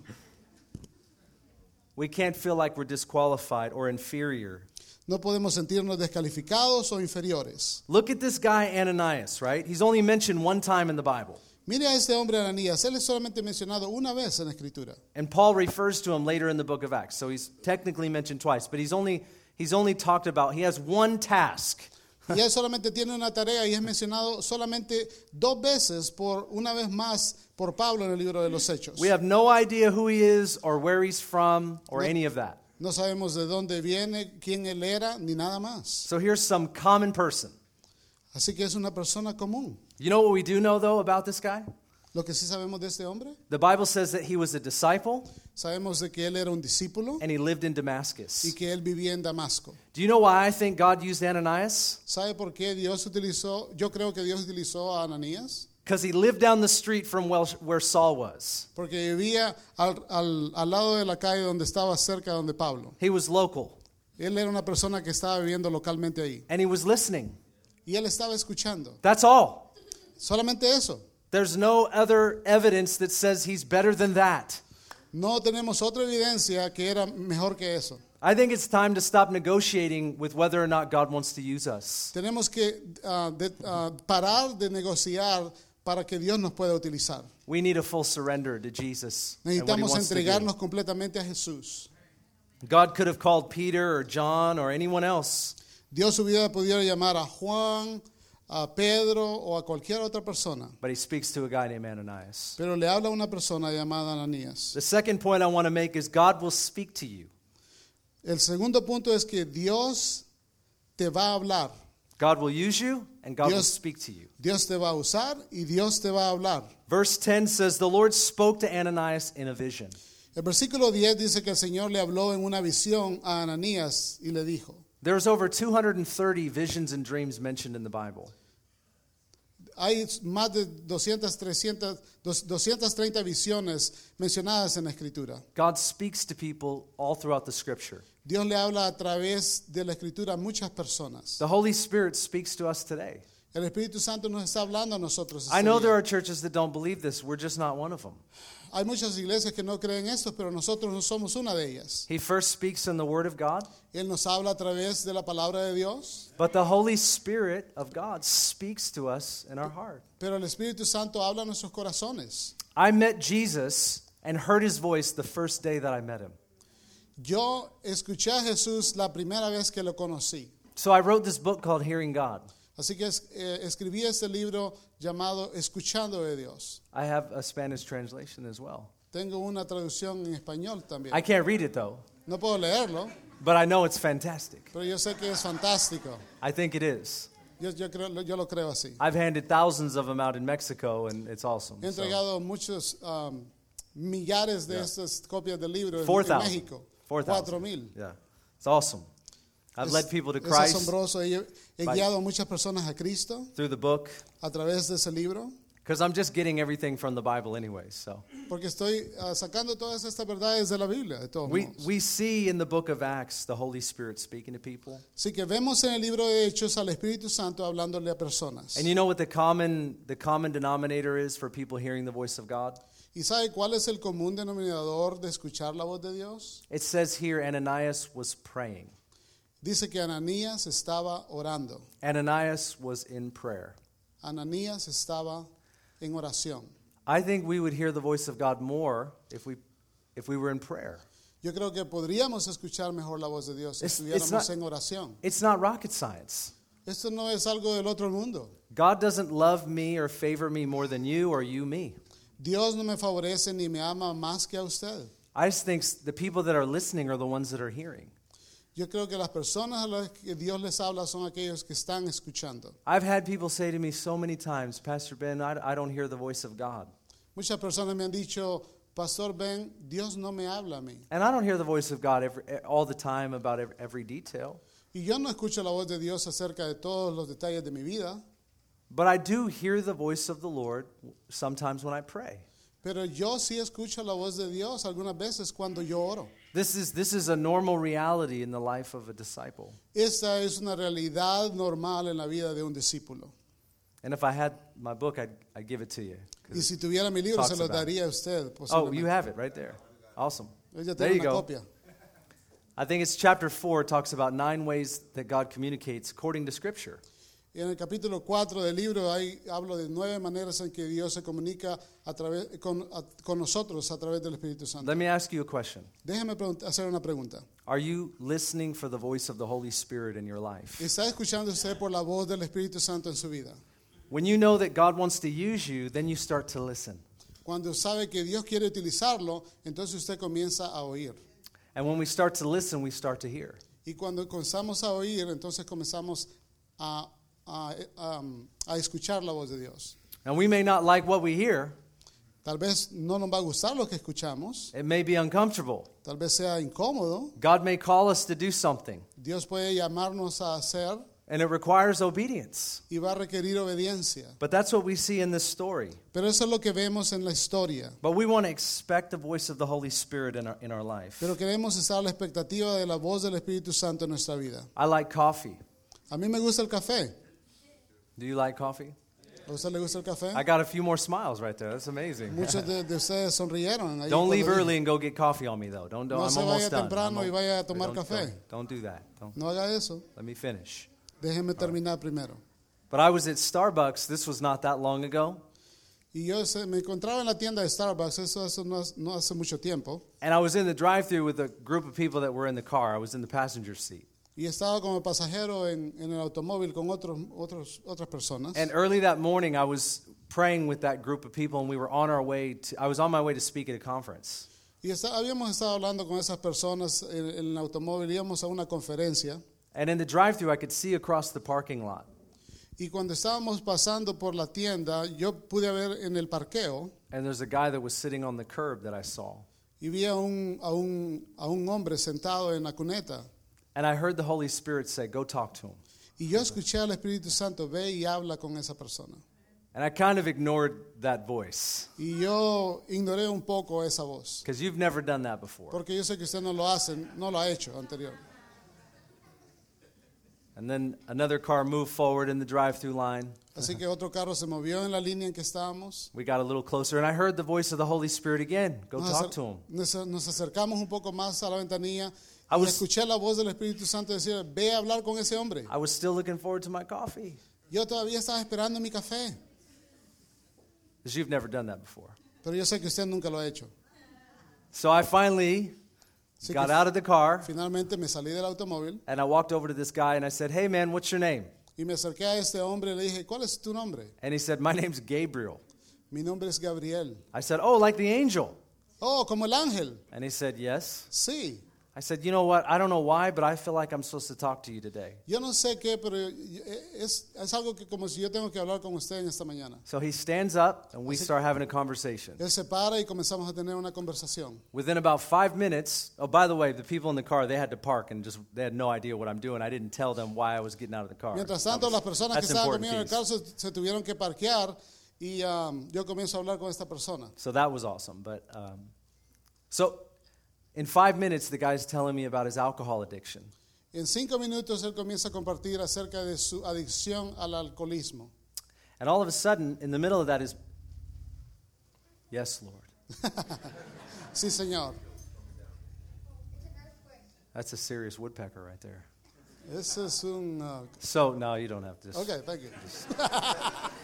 S1: We can't feel like we're disqualified or inferior.
S2: No podemos sentirnos descalificados o inferiores.
S1: Look at this guy, Ananias, right? He's only mentioned one time in the Bible.
S2: Mire a este hombre Ananías, él es solamente mencionado una vez en la escritura.
S1: And Paul refers to him later in the book of Acts. So he's technically mentioned twice, but he's only, he's only talked about, he has one task.
S2: Y él solamente tiene una tarea y es mencionado solamente dos veces por una vez más por Pablo en el libro de los Hechos.
S1: We have no idea who he is or where he's from or any of that.
S2: No sabemos de dónde viene, quién él era, ni nada más.
S1: So here's some common person.
S2: Así que es una persona común.
S1: You know what we do know, though, about this guy?
S2: Lo que sí sabemos de este hombre,
S1: The Bible says that he was a disciple
S2: sabemos de que él era un discípulo
S1: and he lived in
S2: y
S1: Damascus.
S2: que él vivía en Damasco.
S1: Do you know why I think God used Ananias?
S2: ¿Sabe por qué Dios utilizó, yo creo que Dios utilizó a Ananías?
S1: Because he lived down the street from wel- where Saul was.
S2: Porque vivía al, al- al lado de la calle donde estaba cerca donde Pablo.
S1: He was local
S2: Él era una persona que estaba viviendo localmente ahí.
S1: and he was listening.
S2: Y él estaba escuchando.
S1: That's all.
S2: Solamente eso.
S1: There's no other evidence that says he's better than that.
S2: No tenemos otra evidencia que era mejor que eso.
S1: I think it's time to stop negotiating with whether or not God wants to use us.
S2: Tenemos que ah, de- ah, parar de negociar para que Dios nos pueda utilizar.
S1: We need a full surrender to Jesus. and what he
S2: Necesitamos
S1: wants to do.
S2: entregarnos completamente a Jesús.
S1: God could have called Peter or John or anyone else,
S2: Dios hubiera podido llamar a Juan, a Pedro o a cualquier otra persona,
S1: but he speaks to a guy named Ananias.
S2: pero le habla a una persona llamada Ananías.
S1: The second point I want to make is God will speak to you.
S2: El segundo punto es que Dios te va a hablar.
S1: God will use you and God will
S2: Dios-
S1: speak to you.
S2: Dios te va a usar y Dios te va a hablar.
S1: Verse 10 says, The Lord spoke to Ananias in a vision.
S2: El versículo 10 dice que el Señor le habló en una visión a Ananías y le dijo.
S1: There's over 230 visions and dreams mentioned in the Bible.
S2: Hay más de 200, 300, dos- 230 visiones mencionadas en la Escritura.
S1: God speaks to people all throughout the scripture.
S2: Dios le habla a través de la Escritura a muchas personas.
S1: The Holy Spirit speaks to us today.
S2: El Espíritu Santo nos está hablando a nosotros. este
S1: I know
S2: día.
S1: there are churches that don't believe this. We're just not one of them.
S2: Hay muchas iglesias que no creen esto, pero nosotros no somos una de ellas.
S1: He first speaks in the Word of God,
S2: Él nos habla a través de la palabra de Dios,
S1: but the Holy Spirit of God speaks to us in our heart.
S2: pero el Espíritu Santo habla a nuestros corazones.
S1: I met Jesus and heard his voice the first day that I met him.
S2: Yo escuché a Jesús la primera vez que lo conocí.
S1: So I wrote this book called Hearing God.
S2: Así que es- eh, escribí este libro llamado Escuchando de Dios.
S1: I have a Spanish translation as well.
S2: Tengo una traducción en español también.
S1: I can't read it though,
S2: No puedo leerlo,
S1: but I know it's fantastic.
S2: pero yo sé que es fantástico.
S1: I think it is.
S2: Yo, yo, creo- yo lo creo así.
S1: I've handed thousands of them out in Mexico and it's awesome.
S2: He
S1: So,
S2: entregado muchos um, millares de
S1: Yeah.
S2: estas copias del libro en- en
S1: 4,000.
S2: México.
S1: 4,000.
S2: 4,000.
S1: Yeah. It's awesome. I've
S2: Es-
S1: led people to
S2: es
S1: Christ
S2: asombroso. He, he
S1: Bye.
S2: guiado a muchas personas a Cristo
S1: through the book
S2: a través de ese libro,
S1: because I'm just getting everything from the Bible anyway. So
S2: porque estoy ah, sacando todas estas verdades de la Biblia, de todos
S1: we,
S2: modos.
S1: we see in the book of Acts the Holy Spirit speaking to people.
S2: Así que vemos en el libro de Hechos al Espíritu Santo hablándole a personas.
S1: And you know what the common the common denominator is for people hearing the voice of God?
S2: ¿Y sabe cuál es el común denominador de escuchar la voz de Dios?
S1: It says here Ananias was praying.
S2: Dice que Ananías estaba orando.
S1: Ananias was in prayer.
S2: Ananías estaba en oración.
S1: I think we would hear the voice of God more if we if we were in prayer.
S2: Yo creo que podríamos escuchar mejor la voz de Dios si
S1: It's- it's
S2: estuviéramos
S1: not-
S2: en oración.
S1: It's not rocket science.
S2: Esto no es algo del otro mundo.
S1: God doesn't love me or favor me more than you or you me.
S2: Dios no me favorece ni me ama más que a usted.
S1: I just think the people that are listening are the ones that are hearing.
S2: Yo creo que las personas a las que Dios les habla son aquellos que están escuchando.
S1: I've had people say to me so many times, Pastor Ben, I, I don't hear the voice of God.
S2: Muchas personas me han dicho, Pastor Ben, Dios no me habla a mí.
S1: And I don't hear the voice of God every, all the time about every, every detail.
S2: Y yo no escucho la voz de Dios acerca de todos los detalles de mi vida,
S1: But I do hear the voice of the Lord sometimes when I pray.
S2: pero yo sí escucho la voz de Dios algunas veces cuando yo oro.
S1: This is, this is a normal reality in the life of a disciple.
S2: Esta es una realidad normal en la vida de un discípulo.
S1: And if I had my book, I'd, I'd give it to you. 'Cause-
S2: Y si tuviera mi libro, se
S1: Talks
S2: lo
S1: about it.
S2: daría a
S1: oh,
S2: usted.
S1: you
S2: posiblemente.
S1: have it right there. Awesome.
S2: Ella
S1: There
S2: tiene
S1: you
S2: una
S1: go.
S2: copia.
S1: I think it's chapter 4 talks about nine ways that God communicates according to Scripture.
S2: Y en el capítulo 4 del libro ahí hablo de nueve maneras en que Dios se comunica a través, con, a- con nosotros a través del Espíritu Santo.
S1: Let me ask you a question.
S2: Déjeme pregunt- hacer una pregunta.
S1: Are you listening for the voice of the Holy Spirit in your life?
S2: ¿Está escuchando usted por la voz del Espíritu Santo en su vida?
S1: When you know that God wants to use you, then you start to listen.
S2: Cuando sabe que Dios quiere utilizarlo, entonces usted comienza a oír.
S1: And when we start to listen, we start to hear.
S2: Y cuando comenzamos a oír, entonces comenzamos a a, um, a escuchar la voz de Dios.
S1: And we may not like what we hear,
S2: Tal vez no nos va a gustar lo que escuchamos,
S1: it may be uncomfortable.
S2: tal vez sea incómodo.
S1: God may call us to do something,
S2: Dios puede llamarnos a hacer
S1: and it requires obedience.
S2: y va a requerir obediencia.
S1: But that's what we see in this story.
S2: Pero eso es lo que vemos en la historia.
S1: But we want to expect the voice of the Holy Spirit in our, in our life.
S2: Pero queremos estar a la expectativa de la voz del Espíritu Santo en nuestra vida.
S1: I like coffee.
S2: A mí me gusta el café.
S1: Do you like coffee?
S2: ¿A usted le gusta el café?
S1: I got a few more smiles right there. That's amazing.
S2: Muchos de, de ustedes sonrieron.
S1: [LAUGHS]
S2: ahí
S1: Don't
S2: cuando
S1: leave
S2: dije.
S1: early and go get coffee on me, though. Don't, don't
S2: No
S1: I'm
S2: se
S1: almost
S2: vaya
S1: done.
S2: temprano
S1: I'm
S2: y
S1: al-
S2: vaya a tomar
S1: don't,
S2: café.
S1: Don't, don't do that. Don't.
S2: No haga eso.
S1: Let me finish.
S2: Déjeme terminar primero.
S1: But I was at Starbucks. This was not that long ago.
S2: Y yo se- me encontraba en la tienda de Starbucks, eso, eso no, hace- no hace mucho tiempo.
S1: And I was in the drive thru with a group of people that were in the car. I was in the passenger seat.
S2: Y estaba como pasajero en, en el automóvil con otros, otros, otras personas.
S1: And early that morning, I was praying with that group of people, and we were on our way to, I was on my way to speak at a conference.
S2: y está- habíamos estado hablando con esas personas en, en el automóvil, íbamos a una conferencia.
S1: And in the drive thru, I could see across the parking lot.
S2: Y cuando estábamos pasando por la tienda, yo pude ver en el parqueo
S1: And there's a guy that was sitting on the curb that I saw.
S2: y vi a un, a un, a un hombre sentado en la cuneta.
S1: And I heard the Holy Spirit say, Go talk to him.
S2: Y yo escuché al Espíritu Santo, ve y habla con esa persona.
S1: And I kind of ignored that voice
S2: Y yo ignoré un poco esa voz,
S1: because you've never done that before.
S2: porque yo sé que usted no lo hace, no lo ha hecho anterior.
S1: And then another car moved forward in the drive thru line.
S2: Así que otro carro se movió en la línea en que estábamos.
S1: We got a little closer, and I heard the voice of the Holy Spirit again Go
S2: Nos,
S1: talk
S2: acer-
S1: to him.
S2: nos- nos acercamos un poco más a la ventanilla
S1: I
S2: y
S1: was-
S2: escuché la voz del Espíritu Santo decir, ve a hablar con ese hombre.
S1: I was still looking forward to my coffee
S2: Yo todavía estaba esperando mi café,
S1: because you've never done that before.
S2: pero yo sé que usted nunca lo ha hecho.
S1: So I finally
S2: Así
S1: got
S2: que
S1: out of the car
S2: finalmente me salí del automóvil
S1: and I walked over to this guy and I said, Hey man, what's your name?
S2: y me acerqué a este hombre y le dije, ¿cuál es tu nombre?
S1: And he said, My name's Gabriel.
S2: Mi nombre es Gabriel.
S1: I said, Oh, like the angel.
S2: Oh, como el ángel.
S1: And he said, Yes.
S2: Sí.
S1: I said, You know what? I don't know why, but I feel like I'm supposed to talk to you today.
S2: Yo no sé qué, pero yo- es, es algo que como si yo tengo que hablar con usted en esta mañana.
S1: So he stands up and we start having a conversation.
S2: Él se para y comenzamos a tener una conversación.
S1: Within about five minutes, oh, by the way, the people in the car, they had to park and just, they had no idea what I'm doing. I didn't tell them why I was getting out of the car.
S2: Mientras tanto, las personas que
S1: That's important
S2: estaban conmigo en el
S1: piece.
S2: carro se, se tuvieron que parquear y um, yo comienzo a hablar con esta persona.
S1: So that was awesome. But um, so in five minutes, the guy's telling me about his alcohol addiction.
S2: En cinco minutos él comienza a compartir acerca de su adicción al alcoholismo.
S1: And all of a sudden, in the middle of that is, yes, Lord.
S2: Sí, señor.
S1: That's a serious woodpecker right there.
S2: Ese es un... uh,
S1: So, no, you don't have to.
S2: ok, thank you. [LAUGHS]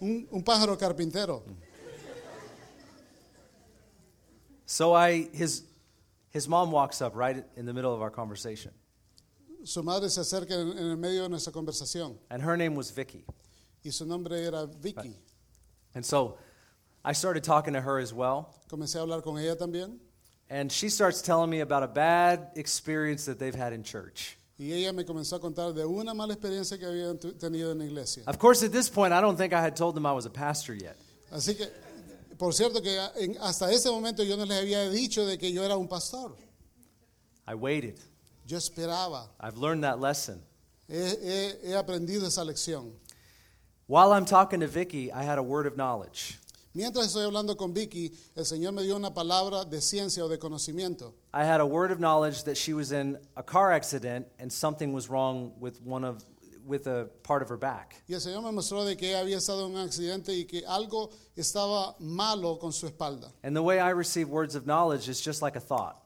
S2: Un, un pájaro carpintero.
S1: So I, his, his mom walks up right in the middle of our conversation.
S2: Su madre se acerca en, en el medio de nuestra conversación
S1: And her name was Vicky.
S2: y su nombre era Vicky.
S1: And so I started talking to her as well.
S2: Comencé a hablar con ella también
S1: And she starts telling me about a bad experience that they've had in church.
S2: y ella me comenzó a contar de una mala experiencia que habían tu- tenido en la iglesia.
S1: Of course, at this point, I don't think I had told them I was a pastor yet.
S2: Así que, por cierto, que en- hasta ese momento yo no les había dicho de que yo era un pastor.
S1: I waited.
S2: Yo esperaba.
S1: I've learned that lesson.
S2: He, he- he aprendido esa lección.
S1: While I'm talking to Vicky, I had a word of knowledge.
S2: Mientras estoy hablando con Vicky, el Señor me dio una palabra de ciencia o de conocimiento.
S1: I had a word of knowledge that she was in a car accident and something was wrong with one of with a part of her back.
S2: Y el Señor me mostró de que ella había estado en un accidente y que algo estaba malo con su espalda.
S1: And the way I receive words of knowledge is just like a thought.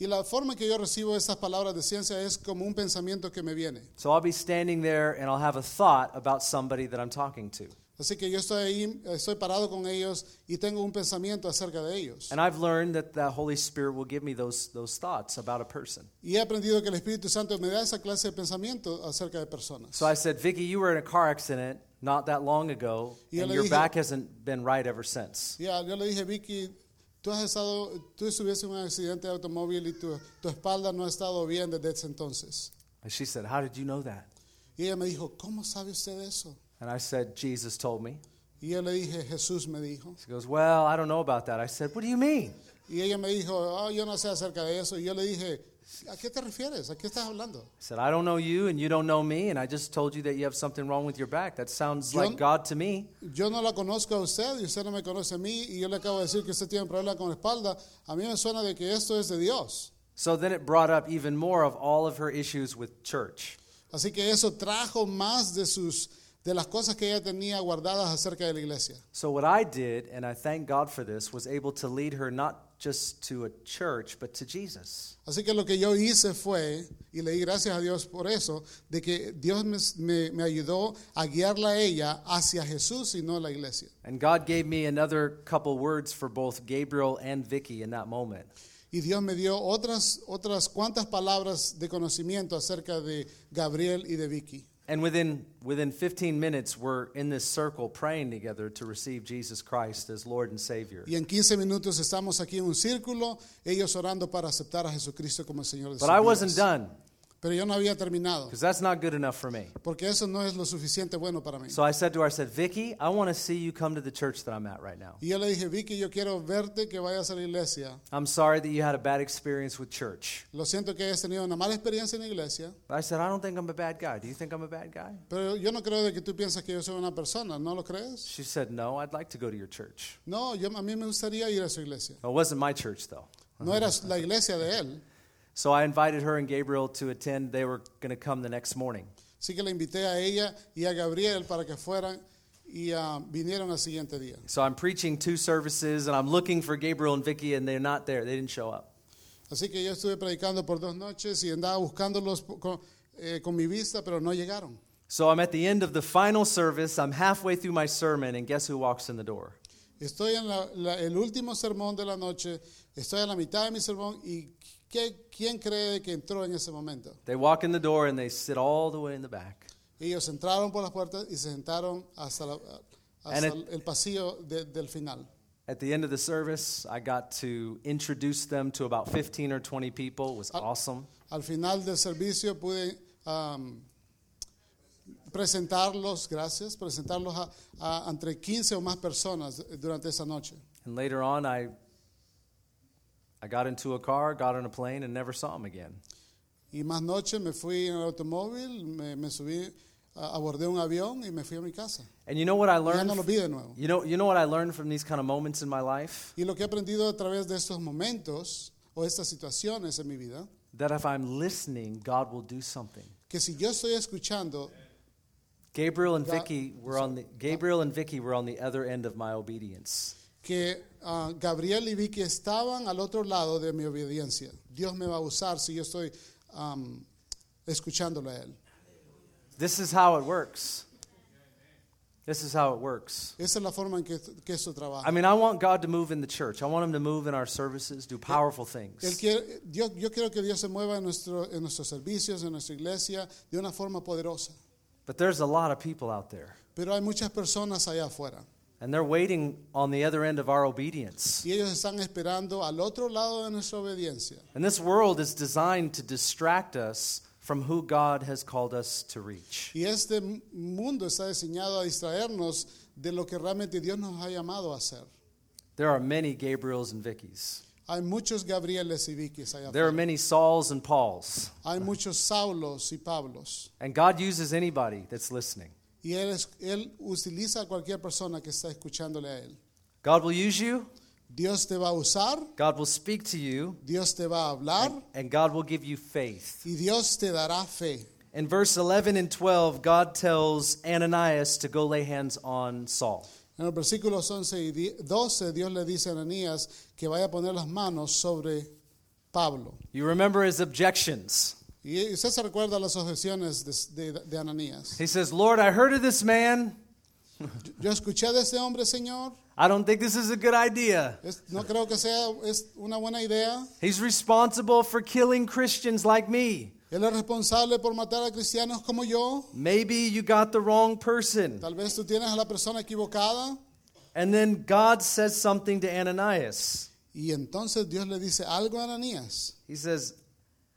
S2: Y la forma en que yo recibo esas palabras de ciencia es como un pensamiento que me viene.
S1: So I'll be standing there and I'll have a thought about somebody that I'm talking to.
S2: Así que yo estoy ahí, estoy parado con ellos y tengo un pensamiento acerca de ellos.
S1: And I've learned that the Holy Spirit will give me those those thoughts about a person.
S2: Y he aprendido que el Espíritu Santo me da esa clase de pensamiento acerca de personas.
S1: So I said, "Vicky, you were in a car accident not that long ago
S2: Y yo
S1: and
S2: le
S1: your
S2: dije-
S1: back hasn't been right ever since."
S2: Ya, yo le dije, Vicky, tú has estado, tú estuviste en un accidente de automóvil y tu, tu espalda no ha estado bien desde ese entonces.
S1: And she said, How did you know that?
S2: Y ella me dijo, ¿cómo sabe usted eso?
S1: And I said, Jesus told me.
S2: Y yo le dije, Jesús me dijo.
S1: She goes, Well, I don't know about that. I said, What do you mean?
S2: Y ella me dijo, oh, yo no sé acerca de eso. Y yo le dije, ¿a qué te refieres? ¿A qué estás hablando?
S1: I said, I don't know you and you don't know me, and I just told you that you have something wrong with your back. That sounds
S2: Yo-
S1: like God to me.
S2: Yo no la conozco a usted y usted no me conoce a mí y yo le acabo de decir que usted tiene un problema con la espalda. A mí me suena de que esto es de Dios.
S1: So then it brought up even more of all of her issues with church.
S2: Así que eso trajo más de sus de las cosas que ella tenía guardadas acerca de la iglesia.
S1: So what I did, and I thank God for this, was able to lead her not just to a church, but to Jesus.
S2: Así que lo que yo hice fue, y le di gracias a Dios por eso, de que Dios me, me- me ayudó a guiarla a ella hacia Jesús y no a la iglesia.
S1: And God gave me another couple words for both Gabriel and Vicky in that moment.
S2: Y Dios me dio otras, otras cuantas palabras de conocimiento acerca de Gabriel y de Vicky.
S1: And within within 15 minutes we're in this circle praying together to receive Jesus Christ as Lord and Savior.
S2: Y en 15 minutos estamos aquí en un círculo, ellos orando para aceptar a Jesucristo como el Señor de sus
S1: But I wasn't
S2: vidas.
S1: done
S2: Pero yo no había terminado,
S1: because that's not good enough for me.
S2: porque eso no es lo suficiente bueno para mí.
S1: So I said to her I said, "Vicky, I want to see you come to the church that I'm at right now.
S2: Y yo le dije, Vicky, yo quiero verte que vayas a la iglesia.
S1: I'm sorry that you had a bad experience with church."
S2: Lo siento que hayas tenido una mala experiencia en la iglesia,
S1: But I said, "I don't think I'm a bad guy. Do you think I'm a bad guy?"
S2: pero yo no creo de que tú piensas que yo soy una persona, ¿no lo crees?
S1: She said, "No, I'd like to go to your church."
S2: No, yo, a mí me gustaría ir a su iglesia.
S1: Well, it wasn't my church though.
S2: No era la iglesia de él.
S1: So I invited her and Gabriel to attend. They were going to come the next morning.
S2: Así que la invité a ella y a Gabriel para que fueran y ah, vinieron al siguiente día.
S1: So I'm preaching two services and I'm looking for Gabriel and Vicky and they're not there. They didn't show up.
S2: Así que yo estuve predicando por dos noches y andaba buscándolos po- con, eh, con mi vista, pero no llegaron.
S1: So I'm at the end of the final service. I'm halfway through my sermon and guess who walks in the door?
S2: Estoy en la- la- el último sermón de la noche, estoy a la mitad de mi sermón y ¿qué- ¿quién cree que entró en ese momento?
S1: They walk in the door and they sit all the way in the back.
S2: Ellos entraron por las puertas y se sentaron hasta, la- hasta
S1: And
S2: el pasillo de- del final.
S1: At the end of the service, I got to introduce them to about 15 or 20 people. It
S2: Oh.
S1: was awesome.
S2: Al final del servicio pude am, presentarlos, gracias, presentarlos a, a- entre 15 o más personas durante esa noche.
S1: And later on, I, I got into a car, got on a plane, and never saw them again.
S2: Y más noche me fui en el automóvil, me, me subí, a- abordé un avión y me fui a mi casa.
S1: And you know what I
S2: Y Ya
S1: learned?
S2: no lo vi de nuevo.
S1: You know, you know what I learned from these kind of moments in my life?
S2: Y lo que he aprendido a través de estos momentos o estas situaciones en mi vida,
S1: That if I'm listening, God will do something.
S2: que si yo estoy escuchando,
S1: Gabriel and
S2: God-
S1: Vicky were on the Gabriel and Vicky were on the other end of my obedience.
S2: que ah, Gabriel y Vicky estaban al otro lado de mi obediencia. Dios me va a usar si yo estoy am, escuchándolo a Él.
S1: This is how it works. This is how it works.
S2: Esa es la forma en que, que esto
S1: I
S2: trabaja.
S1: mean, I want God to move in the church. I want him to move in our services, do powerful
S2: Él
S1: things.
S2: quiere- Dios- yo quiero que Dios se mueva en, nuestro- en nuestros servicios, en nuestra iglesia, de una forma poderosa.
S1: But there's a lot of people out there,
S2: Pero hay muchas personas allá afuera
S1: and they're waiting on the other end of our obedience.
S2: y ellos están esperando al otro lado de nuestra obediencia.
S1: And this world is designed to distract us from who God has called us to reach.
S2: Y este mu- mundo está diseñado a distraernos de lo que realmente Dios nos ha llamado a hacer.
S1: There are many Gabriels and Vickies.
S2: Hay muchos Gabrieles y Vickys allá
S1: There are
S2: afuera.
S1: many Sauls and Pauls.
S2: Hay muchos Saulos y Pablos.
S1: And God uses anybody that's listening.
S2: Y él, es- él utiliza a cualquier persona que está escuchándole a Él.
S1: God will use you,
S2: Dios te va a usar,
S1: God will speak to you,
S2: Dios te va a hablar
S1: and God will give you faith.
S2: y Dios te dará fe.
S1: In verse 11 and 12, God tells Ananias to go lay hands on Saul.
S2: En los versículos 11 y di- 12, Dios le dice a Ananías que vaya a poner las manos sobre Pablo.
S1: You remember his objections.
S2: Y usted se recuerda las objeciones de- de- de Ananías.
S1: He says, Lord, I heard of this man.
S2: Yo escuché de este hombre, Señor.
S1: I don't think this is a good idea.
S2: Es- no creo que sea es una buena idea.
S1: He's responsible for killing Christians like me.
S2: Él es responsable por matar a cristianos como yo.
S1: Maybe you got the wrong person.
S2: Tal vez tú tienes a la persona equivocada.
S1: And then God says something to Ananias.
S2: Y entonces Dios le dice algo a Ananías.
S1: He says,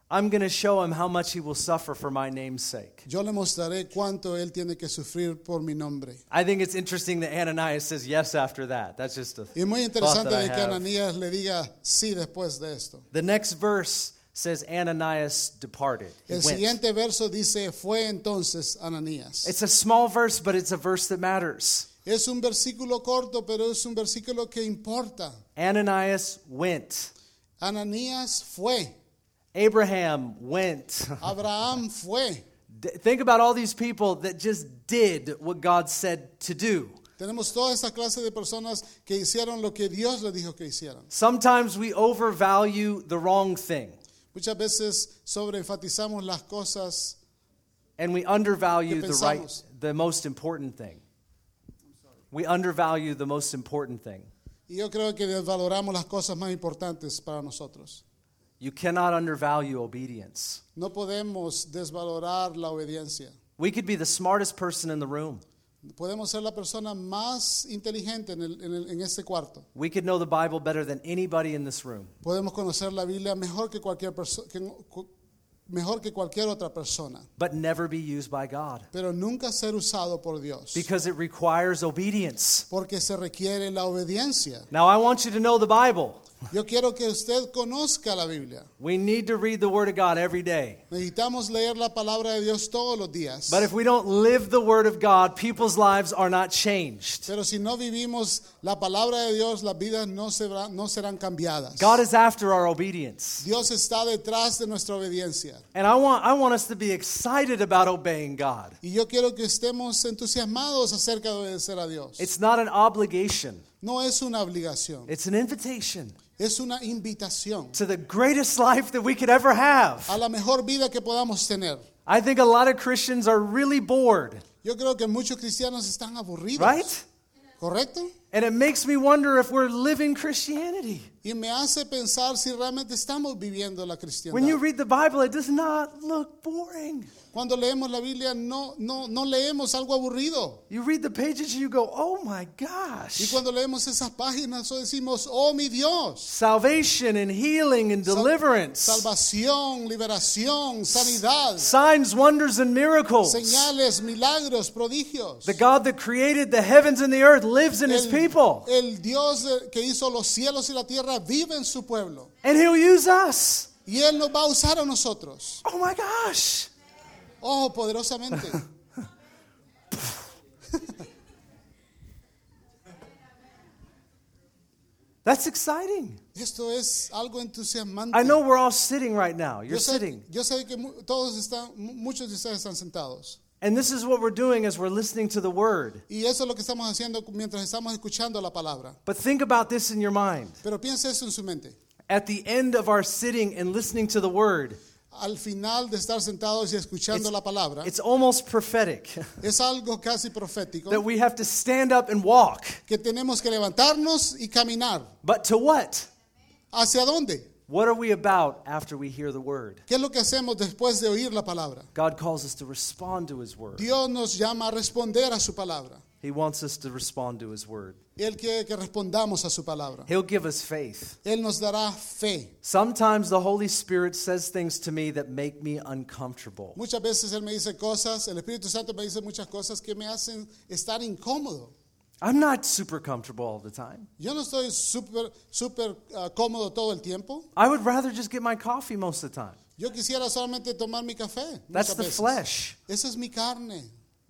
S1: I'm going to show him how much he will suffer for my name's sake.
S2: Yo le mostraré cuánto él tiene que sufrir por mi nombre.
S1: I think it's interesting that Ananias says yes after that. That's just a
S2: Y es muy
S1: thought
S2: interesante
S1: that I
S2: de que
S1: have.
S2: Ananías le diga sí después de esto.
S1: The next verse says Ananias departed. He
S2: El
S1: went.
S2: siguiente verso dice, fue entonces Ananías.
S1: It's a small verse, but it's a verse that matters.
S2: Es un versículo corto, pero es un versículo que importa.
S1: Ananias went.
S2: Ananías fue,
S1: Abraham went. [LAUGHS]
S2: Abraham fue.
S1: D- Think about all these people that just did what God said to do.
S2: Tenemos toda esta clase de personas que hicieron lo que Dios les dijo que hicieran.
S1: Sometimes we overvalue the wrong thing
S2: Muchas veces sobreenfatizamos las cosas
S1: and we undervalue
S2: ¿Qué
S1: the right
S2: pensamos?
S1: the most important thing. We undervalue the most important thing.
S2: y yo creo que desvaloramos las cosas más importantes para nosotros.
S1: You cannot undervalue obedience.
S2: No podemos desvalorar la obediencia.
S1: We could be the smartest person in the room.
S2: Podemos ser la persona más inteligente en, el- en el- en este cuarto.
S1: We could know the Bible better than anybody in this room.
S2: Podemos conocer la Biblia mejor que cualquier perso- que- cu- mejor que cualquier otra persona,
S1: but never be used by God
S2: pero nunca ser usado por Dios,
S1: because it requires obedience.
S2: porque se requiere la obediencia.
S1: Now, I want you to know the Bible.
S2: Yo quiero que usted conozca la Biblia.
S1: We need to read the Word of God every day.
S2: Necesitamos leer la palabra de Dios todos los días.
S1: But if we don't live the Word of God, people's lives are not changed.
S2: Pero si no vivimos la palabra de Dios, las vidas no, será- no serán cambiadas.
S1: God is after our obedience.
S2: Dios está detrás de nuestra obediencia.
S1: And I want, I want us to be excited about obeying God.
S2: Y yo quiero que estemos entusiasmados acerca de obedecer a Dios.
S1: It's not an obligation,
S2: No es una obligación,
S1: it's an invitation
S2: es una invitación
S1: to the greatest life that we could ever have.
S2: a la mejor vida que podamos tener.
S1: I think a lot of Christians are really bored,
S2: Yo creo que muchos cristianos están aburridos,
S1: right?
S2: ¿correcto?
S1: And it makes me wonder if we're living Christianity.
S2: Y me hace pensar si realmente estamos viviendo la
S1: When you
S2: cristiandad.
S1: read the Bible, it does not look boring.
S2: Cuando leemos la Biblia no, no, no leemos algo aburrido.
S1: You read the pages and you go, oh my
S2: Y
S1: gosh.
S2: cuando leemos esas páginas o decimos, oh mi Dios,
S1: Salvation and healing and deliverance,
S2: salvación, liberación, sanidad,
S1: signs, wonders, and miracles.
S2: señales, milagros, prodigios.
S1: The God that created the heavens and the earth lives in his people,
S2: el Dios de- que hizo los cielos y la tierra vive en su pueblo.
S1: and he'll use us.
S2: Y Él nos va a usar a nosotros.
S1: Oh my gosh.
S2: Oh, poderosamente.
S1: That's exciting.
S2: Esto es algo entusiasmante.
S1: I know we're all sitting right now.
S2: yo,
S1: You're
S2: sé,
S1: sitting.
S2: yo sé que mu- todos están, mu- muchos de ustedes están sentados.
S1: And this is what we're doing as we're listening to the word.
S2: Y eso es lo que estamos haciendo mientras estamos escuchando la palabra.
S1: But think about this in your mind.
S2: Pero piensa eso en su mente.
S1: At the end of our sitting and listening to the word,
S2: Al final de estar sentados y escuchando
S1: It's-
S2: la palabra,
S1: It's almost prophetic [LAUGHS]
S2: es algo casi profético.
S1: that we have to stand up and walk.
S2: que tenemos que levantarnos y caminar.
S1: But to what?
S2: ¿Hacia dónde?
S1: What are we about after we hear the word?
S2: ¿Qué es lo que hacemos después de oír la palabra?
S1: God calls us to respond to his word.
S2: Dios nos llama a responder a su palabra.
S1: He wants us to respond to his word.
S2: Él quiere que respondamos a su palabra.
S1: He'll give us faith.
S2: Él nos dará fe.
S1: Sometimes the Holy Spirit says things to me that make me uncomfortable.
S2: Muchas veces Él me dice cosas, el Espíritu Santo me dice muchas cosas que me hacen estar incómodo.
S1: I'm not super comfortable all the time.
S2: Yo no estoy súper, súper ah, cómodo todo el tiempo.
S1: I would rather just get my coffee most of the time.
S2: Yo quisiera solamente tomar mi café.
S1: That's
S2: muchas
S1: the
S2: veces.
S1: flesh.
S2: Esa es mi carne.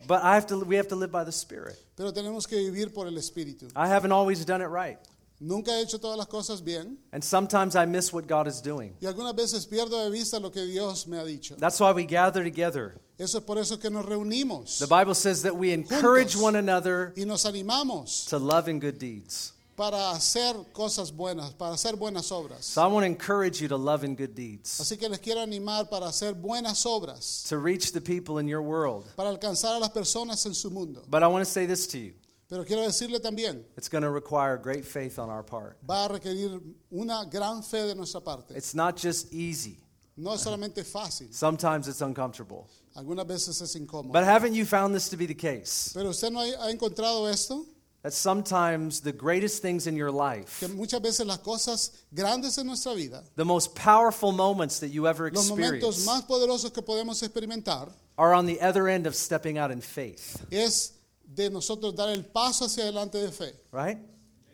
S1: But I have to we have to live by the spirit.
S2: Pero tenemos que vivir por el Espíritu.
S1: I haven't always done it right.
S2: Nunca he hecho todas las cosas bien.
S1: And sometimes I miss what God is doing.
S2: Y algunas veces pierdo de vista lo que Dios me ha dicho.
S1: That's why we gather together.
S2: Eso es por eso que nos reunimos
S1: The Bible says that we encourage
S2: Juntos.
S1: one another
S2: y nos animamos
S1: to love and good deeds.
S2: para hacer cosas buenas, para hacer buenas obras.
S1: So I want to encourage you to love and good deeds,
S2: Así que les quiero animar para hacer buenas obras,
S1: to reach the people in your world.
S2: para alcanzar a las personas en su mundo.
S1: But I want to say this to you
S2: Pero quiero decirle también,
S1: it's going to require great faith on our part.
S2: va a requerir una gran fe de nuestra parte.
S1: It's not just easy,
S2: No es solamente fácil,
S1: sometimes it's uncomfortable.
S2: algunas veces es incómodo.
S1: But haven't you found this to be the case?
S2: Pero usted no ha ha encontrado esto,
S1: that sometimes the greatest things in your life,
S2: que muchas veces las cosas grandes en nuestra vida,
S1: the most powerful moments that you ever
S2: los momentos
S1: experience,
S2: más poderosos que podemos experimentar,
S1: are on the other end of stepping out in faith,
S2: es de nosotros dar el paso hacia adelante de fe,
S1: right?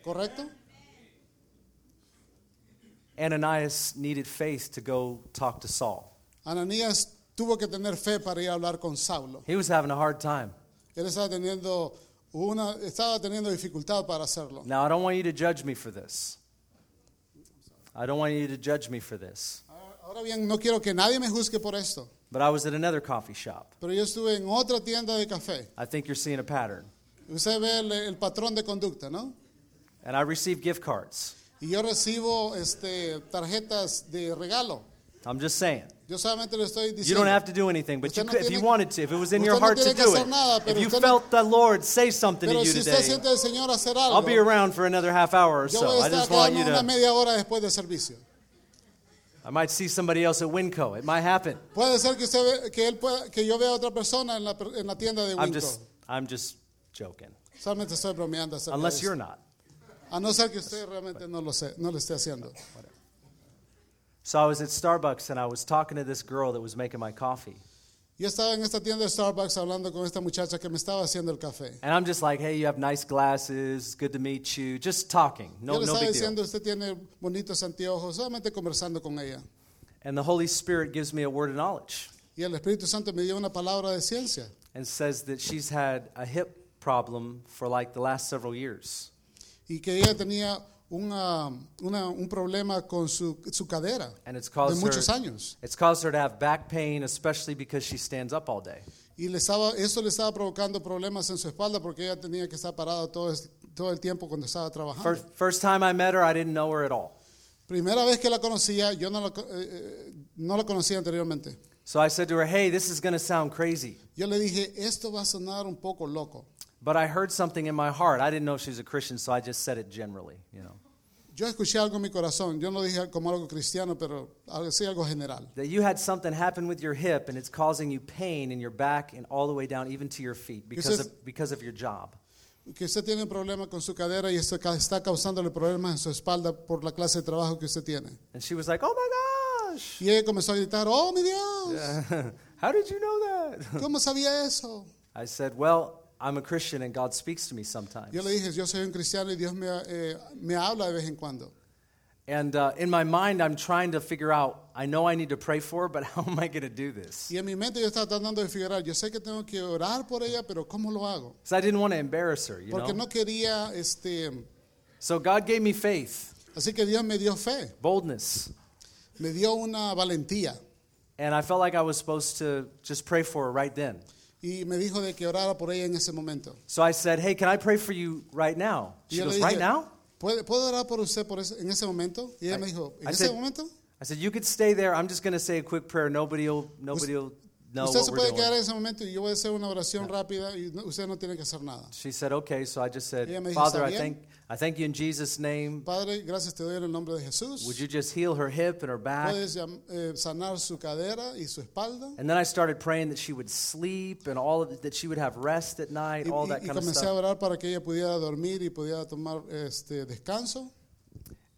S2: ¿correcto?
S1: Ananias needed faith to go talk to Saul.
S2: Ananías tuvo que tener fe para ir a hablar con Saulo.
S1: He was having a hard time.
S2: Él estaba teniendo, una, estaba teniendo dificultad para hacerlo.
S1: Now, I don't want you to judge me for this. I don't want you to judge me for this.
S2: Ahora- Ahora bien, no quiero que nadie me juzgue por esto,
S1: But I was at another coffee shop.
S2: pero yo estuve en otra tienda de café.
S1: I think you're seeing a pattern.
S2: Usted ve el, el patrón de conducta, ¿no?
S1: And I received gift cards.
S2: Y yo recibo este, tarjetas de regalo.
S1: I'm just saying.
S2: Yo solamente le estoy
S1: You
S2: diciendo.
S1: don't have to do anything, but you
S2: Usted no
S1: could, if you
S2: tiene-
S1: wanted to, if it was in
S2: usted
S1: your
S2: no
S1: heart
S2: tiene
S1: to
S2: que
S1: do
S2: hacer
S1: it,
S2: nada, pero
S1: if you
S2: usted no-
S1: felt the Lord say something to
S2: pero
S1: you
S2: si usted
S1: today,
S2: siente al Señor hacer
S1: I'll be
S2: algo,
S1: around for another half hour or
S2: yo
S1: so.
S2: voy a
S1: I
S2: estar
S1: just
S2: acá
S1: want you
S2: en una
S1: to.
S2: media hora después del servicio.
S1: I might see somebody else at Winco. It might happen.
S2: Puede ser que usted ve- que él pueda- que yo vea a otra persona en la, per- en la tienda de
S1: I'm
S2: Winco.
S1: just, I'm just joking.
S2: Solamente estoy bromeando. acerca de
S1: Unless
S2: eso.
S1: you're not.
S2: A no ser que usted realmente no lo sé, no lo esté haciendo.
S1: So I was at Starbucks and I was talking to this girl that was making my coffee.
S2: Yo estaba en esta tienda de Starbucks hablando con esta muchacha que me estaba haciendo el café.
S1: And I'm just like, hey, you have nice glasses. Good to meet you. Just talking. No,
S2: yo le
S1: no
S2: estaba
S1: big deal.
S2: diciendo, usted tiene bonitos anteojos, solamente conversando con ella.
S1: And the Holy Spirit gives me a word of knowledge
S2: Y el Espíritu Santo me dio una palabra de ciencia.
S1: and says that she's had a hip problem for like the last several years.
S2: Y que ella tenía una, una- un problema con su, su cadera
S1: And it's
S2: de
S1: caused
S2: muchos
S1: her,
S2: años.
S1: It's caused her to have back pain, especially because she stands up all day.
S2: Y le estaba, eso le estaba provocando problemas en su espalda porque ella tenía que estar parada todo, es- todo el tiempo cuando estaba trabajando.
S1: First, first time I met her, I didn't know her at all.
S2: Primera vez que la conocía, yo no la, co- eh, eh, no la conocía anteriormente.
S1: So I said to her, hey, this is going to sound crazy.
S2: Yo le dije, esto va a sonar un poco loco.
S1: But I heard something in my heart. I didn't know she was a Christian, so I just said it generally, you know.
S2: Yo escuché algo en mi corazón, yo no dije como algo cristiano, pero algo- sí algo general.
S1: That you had something happen with your hip and it's causing you pain in your back and all the way down, even to your feet, because,
S2: says-
S1: of, because of your job.
S2: Que usted tiene un problema con su cadera y esto ca- está causándole problemas en su espalda por la clase de trabajo que usted tiene.
S1: And she was like, oh my gosh, [LAUGHS]
S2: Y ella comenzó a gritar, oh mi Dios,
S1: how did you know that? [LAUGHS]
S2: ¿cómo sabía eso?
S1: I said, well, I'm a Christian and God speaks to me sometimes.
S2: Yo le dije, yo soy un cristiano y Dios me, eh, me habla de vez en cuando.
S1: And uh, in my mind, I'm trying to figure out, I know I need to pray for her, but [LAUGHS] how am I going to do this?
S2: Y en mi mente yo estaba tratando de figurar, yo sé que tengo que orar por ella, pero ¿cómo lo hago?
S1: Because I didn't want to embarrass her, you
S2: Porque
S1: know?
S2: no quería, este,
S1: So God gave me faith,
S2: así que Dios me dio fe,
S1: boldness.
S2: me dio una valentía
S1: And I felt like I was supposed to just pray for her right then.
S2: y me dijo de que orara por ella en ese momento.
S1: So I said, Hey, can I pray for you right now? She
S2: Y yo le
S1: goes,
S2: dije,
S1: Right now?
S2: ¿Puede- ¿puedo orar por usted por ese- en ese momento? Y ella me dijo, ¿en
S1: I
S2: ese
S1: said-
S2: momento?
S1: I said, You could stay there. I'm just going to say a quick prayer. Nobody'll nobody'll know
S2: usted
S1: what
S2: se
S1: we're
S2: puede
S1: doing.
S2: quedar en ese momento y yo voy a hacer una oración rápida y no- usted no tiene que hacer nada.
S1: She said, Okay. So I just said,
S2: Ella me dijo,
S1: Father,
S2: "¿Está
S1: I
S2: bien?"
S1: thank I thank you in Jesus' name.
S2: Padre, gracias te doy en el nombre de Jesús.
S1: Would you just heal her hip and her back?
S2: Puedes llam- eh, sanar su cadera y su espalda.
S1: And then I started praying that she would sleep and all of that she would have rest at
S2: Y,
S1: night, all that
S2: y- y
S1: kind of
S2: comencé a
S1: stuff.
S2: orar para que ella pudiera dormir y pudiera tomar este, descanso.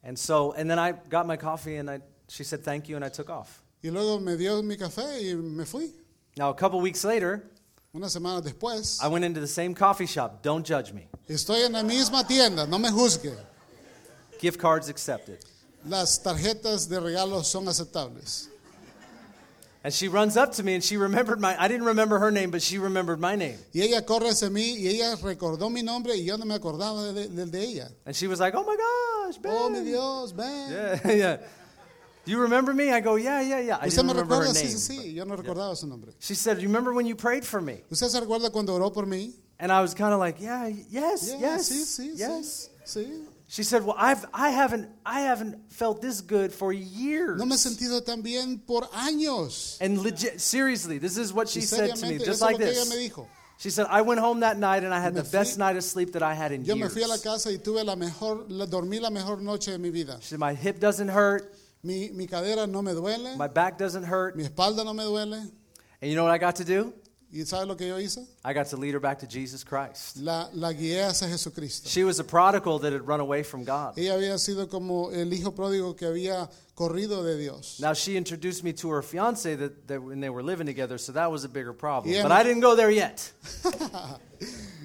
S1: And so and then I got my coffee and I she said thank you and I took off.
S2: Y luego me dio mi café y me fui.
S1: Now a couple weeks later,
S2: Una semana después,
S1: I went into the same coffee shop. Don't judge me.
S2: estoy en la misma tienda, no me juzgue.
S1: Gift cards accepted.
S2: Las tarjetas de regalo son aceptables.
S1: And she runs up to me and she remembered my I didn't remember her name, but she remembered my name.
S2: Y ella corre hacia mí y ella recordó mi nombre y yo no me acordaba de- del de, ella.
S1: And she was like, Oh my gosh, babe.
S2: Oh, mi Dios, ven.
S1: [LAUGHS] Yeah, yeah. Do you remember me? I go, Yeah, yeah, yeah. I
S2: Usted
S1: didn't
S2: me
S1: remember her
S2: recuerda,
S1: name.
S2: sí, sí, sí, yo no recordaba su nombre.
S1: She said, You remember when you prayed for me?
S2: ¿Usted se recuerda cuando oró por mí?
S1: And I was kind of like, Yeah, y- yes,
S2: Yeah,
S1: yes.
S2: sí, sí,
S1: yes.
S2: sí, sí.
S1: She said, Well, I've I haven't I haven't felt this good for years.
S2: No me he sentido tan bien por años.
S1: and legit seriously, this is what she
S2: Y
S1: said to me,
S2: seriamente, eso
S1: just
S2: es
S1: like
S2: lo que ella
S1: this.
S2: me dijo.
S1: She said, I went home that night and I had
S2: Me
S1: the best
S2: fui-
S1: night of sleep that I had in
S2: Yo me
S1: years.
S2: fui a la casa y tuve la mejor, la- dormí la mejor noche de mi vida.
S1: She said, My hip doesn't hurt,
S2: Mi, mi cadera no me duele,
S1: my back doesn't hurt.
S2: mi espalda no me duele.
S1: And you know what I got to do?
S2: ¿Y ¿Y sabes lo que yo hice?
S1: I got to lead her back to Jesus Christ.
S2: La, la guié hacia Jesucristo.
S1: She was a prodigal that had run away from God.
S2: Ella había sido como el hijo pródigo que había corrido de Dios.
S1: Now she introduced me to her fiance that, that when they were living together, so that was a bigger problem.
S2: Yeah.
S1: But I didn't go there
S2: [LAUGHS]
S1: yet.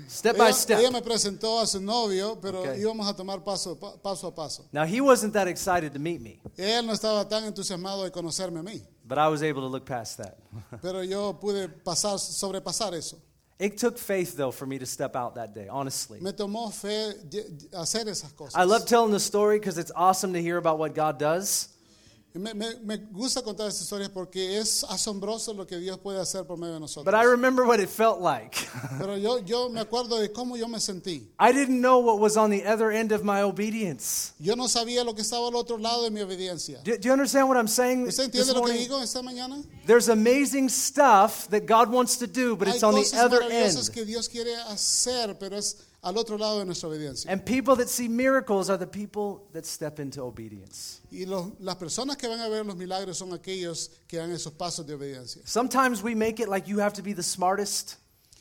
S1: step by
S2: Ella, ella
S1: step.
S2: me presentó a su novio, pero
S1: Ok.
S2: íbamos a tomar paso, pa- paso a paso.
S1: Now he wasn't that excited to meet me,
S2: Él no estaba tan entusiasmado de conocerme
S1: [LAUGHS]
S2: a mí,
S1: but I was able to look past that.
S2: pero yo pude pasar, sobrepasar eso.
S1: It took faith though for me to step out that day, honestly.
S2: Me tomó fe lle- hacer esas cosas.
S1: I love telling the story because it's awesome to hear about what God does.
S2: me, me- me gusta contar estas historias porque es asombroso lo que Dios puede hacer por medio de nosotros.
S1: But I remember what it felt like. [LAUGHS]
S2: Pero yo, yo me acuerdo de cómo yo me sentí.
S1: I didn't know what was on the other end of my obedience.
S2: Yo no sabía lo que estaba al otro lado de mi obediencia.
S1: Do, do you understand what I'm saying?
S2: ¿Usted
S1: this
S2: entiende lo que
S1: morning?
S2: digo esta mañana?
S1: There's amazing stuff that God wants to do, but
S2: Hay
S1: it's on the
S2: cosas
S1: other
S2: maravillosas
S1: end.
S2: que Dios quiere hacer, pero es al otro lado de nuestra obediencia.
S1: And people that see miracles are the people that step into obedience.
S2: Y los- las personas que van a ver los milagros son aquellos que dan esos pasos de obediencia.
S1: Sometimes we make it like you have to be the smartest,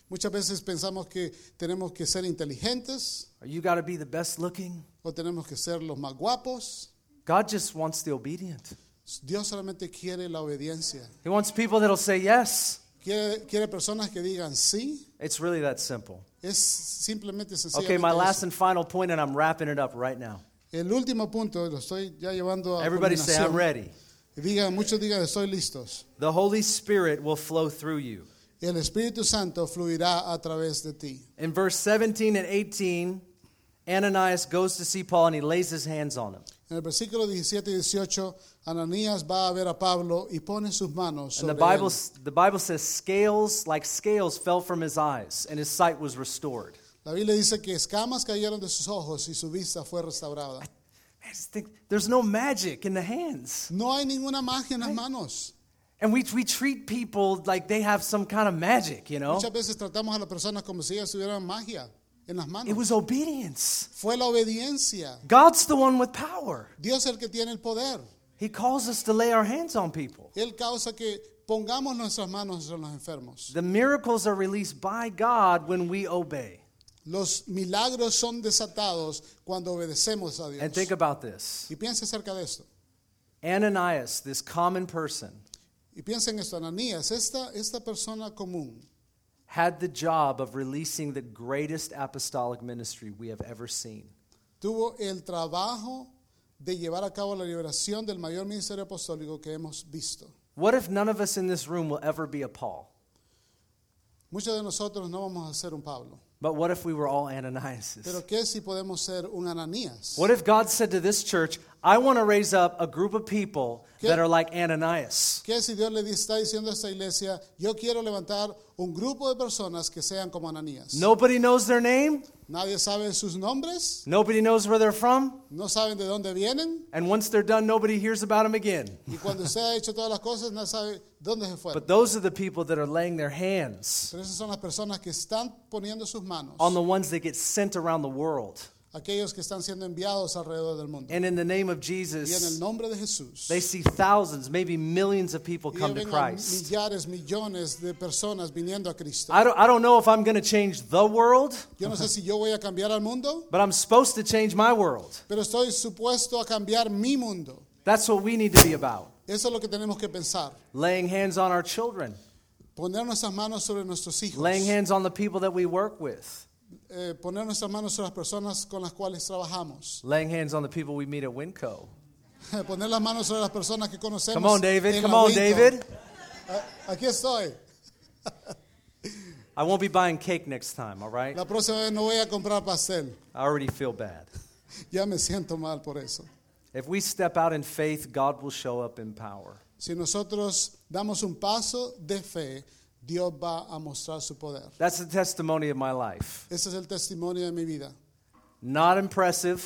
S2: Muchas veces pensamos que tenemos que ser inteligentes
S1: or you got to be the best looking.
S2: o tenemos que ser los más guapos.
S1: God just wants the obedient.
S2: Dios solamente quiere la obediencia.
S1: He wants people that'll say yes.
S2: Quiere, quiere personas que digan sí.
S1: It's really that simple.
S2: Es simplemente sencillo.
S1: Okay, my last and final point, and I'm wrapping it up right now.
S2: El último punto, lo estoy ya llevando a
S1: Everybody say, I'm
S2: culminación.
S1: ready.
S2: Digan, muchos digan, estoy listos.
S1: The Holy Spirit will flow through you.
S2: El Espíritu Santo fluirá a través de ti.
S1: In verse 17 and 18, Ananias goes to see Paul and he lays his hands on him.
S2: En el versículo 17 y 18, Ananías va a ver a Pablo y pone sus manos
S1: And
S2: sobre
S1: the Bible,
S2: él.
S1: the Bible says, scales like scales fell from his eyes, and his sight was restored.
S2: La Biblia dice que escamas cayeron de sus ojos y su vista fue restaurada.
S1: I just think there's no magic in the hands.
S2: No hay ninguna magia en las manos.
S1: And we, we treat people like they have some kind of magic, you know?
S2: Muchas veces tratamos a las personas como si ellas tuvieran magia en las
S1: It
S2: manos.
S1: was obedience.
S2: Fue la obediencia.
S1: God's the one with power.
S2: Dios es el que tiene el poder.
S1: He calls us to lay our hands on people.
S2: Él causa que pongamos nuestras manos en los enfermos.
S1: The miracles are released by God when we obey.
S2: Los milagros son desatados cuando obedecemos a
S1: And
S2: Dios.
S1: think about this
S2: Y piensa acerca de esto.
S1: Ananias, this common person,
S2: Y piensa en esto, Ananías, esta, esta persona común
S1: had the job of releasing the greatest apostolic ministry we have ever seen.
S2: tuvo el trabajo de llevar a cabo la liberación del mayor ministerio apostólico que hemos visto.
S1: What if none of us in this room will ever be a Paul?
S2: Muchos de nosotros no vamos a ser un Pablo,
S1: But what if we were all Ananiases?
S2: pero ¿qué si podemos ser un Ananías?
S1: What if God said to this church, I want to raise up a group of people that are like Ananias?
S2: ¿Qué si Dios le di- está diciendo a esta iglesia, yo quiero levantar un grupo de personas que sean como Ananías?
S1: Nobody knows their name,
S2: Nadie sabe sus nombres,
S1: nobody knows where they're from,
S2: no saben de dónde vienen,
S1: and once they're done, nobody hears about them again.
S2: y cuando usted ha hecho todas las cosas, no sabe dónde se fueron.
S1: But those are the people that are laying their hands
S2: Pero esas son las personas que están poniendo sus manos.
S1: on the ones that get sent around the world.
S2: aquellos que están siendo enviados alrededor del mundo.
S1: And in the name of
S2: Y en el
S1: Jesus,
S2: nombre de Jesús,
S1: they see thousands, maybe millions of people
S2: y
S1: come to
S2: ven a
S1: Christ. Ah.
S2: millares, millones de personas viniendo a Cristo.
S1: I don't, I don't know if I'm going to change the world,
S2: Yo no sé si yo voy a cambiar al mundo,
S1: but I'm supposed to change my world.
S2: pero estoy supuesto a cambiar mi mundo.
S1: That's what we need to be about.
S2: Eso es lo que tenemos que pensar.
S1: Laying hands on our children,
S2: Poner nuestras manos sobre nuestros hijos.
S1: laying hands on the people that we work with,
S2: Eh, poner nuestras manos sobre las personas con las cuales trabajamos. [LAUGHS]
S1: laying hands on the people we meet at Winco.
S2: poner las manos sobre las personas que conocemos.
S1: Come on, David.
S2: en
S1: Come
S2: la
S1: on,
S2: Winco.
S1: David.
S2: A- Aquí estoy.
S1: I won't be buying cake next time, all right?
S2: La próxima vez no voy a comprar pastel.
S1: I already feel bad.
S2: Ya me siento mal por eso.
S1: If we step out in faith, God will show up in power.
S2: Si nosotros damos un paso de fe, Dios va a mostrar su poder.
S1: That's the testimony of my life.
S2: Ese es el testimonio de mi vida.
S1: Not impressive.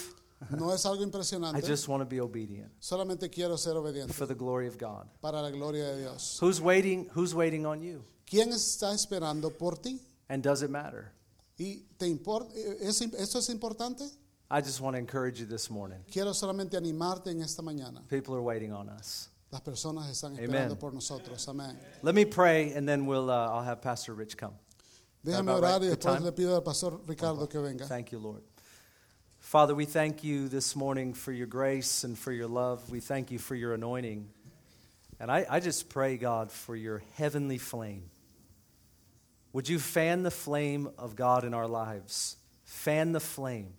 S2: No es algo
S1: I
S2: impresionante.
S1: just want to be obedient
S2: Solamente quiero ser obediente
S1: for the glory of God.
S2: para la gloria de Dios.
S1: Who's waiting? Who's waiting on you?
S2: ¿Quién está esperando por ti?
S1: And does it matter?
S2: ¿Y te importa? ¿Esto es importante?
S1: I just want to encourage you this morning.
S2: Quiero solamente animarte en esta mañana.
S1: People are waiting on us.
S2: Las personas están
S1: Amen.
S2: esperando por nosotros. Amén.
S1: Let me pray, and then we'll, uh, I'll have Pastor Rich come.
S2: Déjame
S1: about
S2: orar
S1: right?
S2: y
S1: Good
S2: después
S1: time?
S2: le pido al pastor Ricardo que venga.
S1: Thank you, Lord. Father, we thank you this morning for your grace and for your love. We thank you for your anointing. And I, I just pray, God, for your heavenly flame. Would you fan the flame of God in our lives? Fan the flame.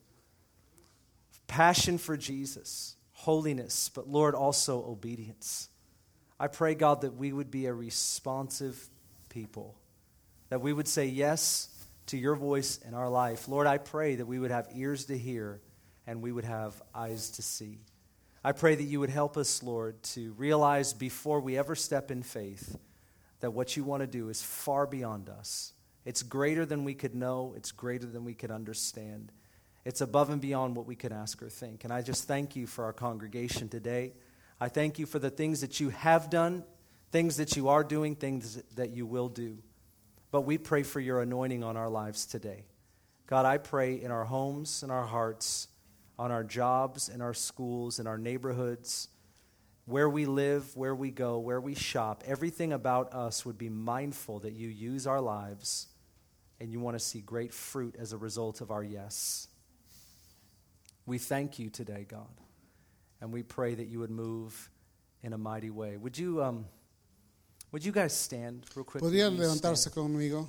S1: Passion for Jesus, holiness, but Lord, also obedience. I pray, God, that we would be a responsive people, that we would say yes to your voice in our life. Lord, I pray that we would have ears to hear and we would have eyes to see. I pray that you would help us, Lord, to realize before we ever step in faith that what you want to do is far beyond us. It's greater than we could know, it's greater than we could understand. It's above and beyond what we could ask or think. And I just thank you for our congregation today. I thank you for the things that you have done, things that you are doing, things that you will do. But we pray for your anointing on our lives today. God, I pray in our homes, in our hearts, on our jobs, in our schools, in our neighborhoods, where we live, where we go, where we shop, everything about us would be mindful that you use our lives and you want to see great fruit as a result of our yes. We thank you today, God, and we pray that you would move in a mighty way. Would you, um, would you guys stand real quick? Would you
S2: ¿Podrían
S1: stand?
S2: levantarse conmigo?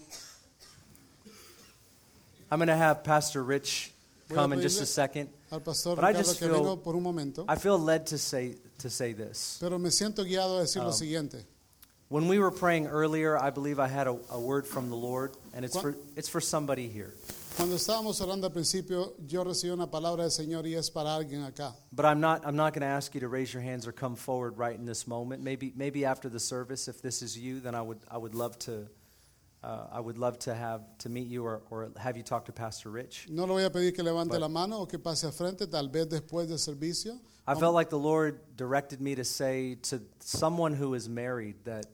S1: I'm going to have Pastor Rich
S2: Voy a
S1: come in just a
S2: pedirle-
S1: second.
S2: Al pastor
S1: But I
S2: Ricardo
S1: just
S2: que
S1: feel-
S2: venga por un momento.
S1: I feel led to say to say this.
S2: Pero me siento guiado a decir lo
S1: Um,
S2: siguiente.
S1: When we were praying earlier, I believe I had a, a word from the Lord, and it's
S2: Qua-
S1: for it's for somebody here.
S2: Cuando estábamos orando al principio, yo recibí una palabra del Señor y es para alguien acá.
S1: But I'm not I'm not going to ask you to raise your hands or come forward right in this moment. Maybe maybe after the service, if this is you, then I would I would love to. Uh, I would love to have to meet you or, or have you talk to Pastor Rich.
S2: No le voy a pedir que levante
S1: But-
S2: la mano o que pase al frente, tal vez después del servicio.
S1: I felt like the Lord directed me to say to someone who is married that,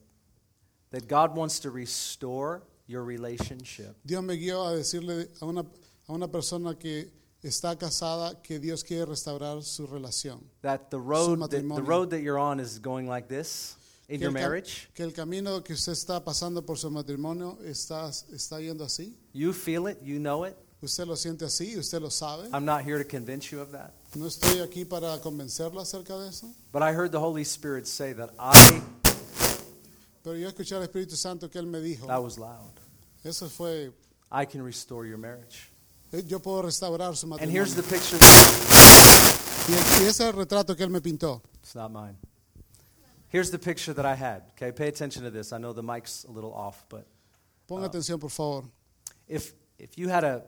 S1: that God wants to restore your relationship.
S2: Dios me guió a decirle a una, a una persona que está casada que Dios quiere restaurar su relación.
S1: That the road, that, the
S2: matrimonio.
S1: road that you're on is going like this in
S2: Que
S1: your
S2: el cam-
S1: marriage.
S2: Que el camino que usted está pasando por su matrimonio está, está yendo así.
S1: You feel it, you know it.
S2: Usted lo siente así, usted lo sabe.
S1: I'm not here to convince you of that.
S2: No estoy aquí para convencerlo acerca de eso.
S1: But I heard the Holy Spirit say that I,
S2: Pero yo escuché al Espíritu Santo que él me dijo,
S1: that was loud,
S2: eso fue,
S1: I can restore your marriage.
S2: eh, yo puedo restaurar su
S1: And
S2: matrimonio.
S1: here's the picture,
S2: Y el- y ese es el retrato que él me pintó.
S1: it's not mine. Here's the picture that I had. Okay, pay attention to this. I know the mic's a little off, but Ah.
S2: Ponga atención, por favor.
S1: if if you had a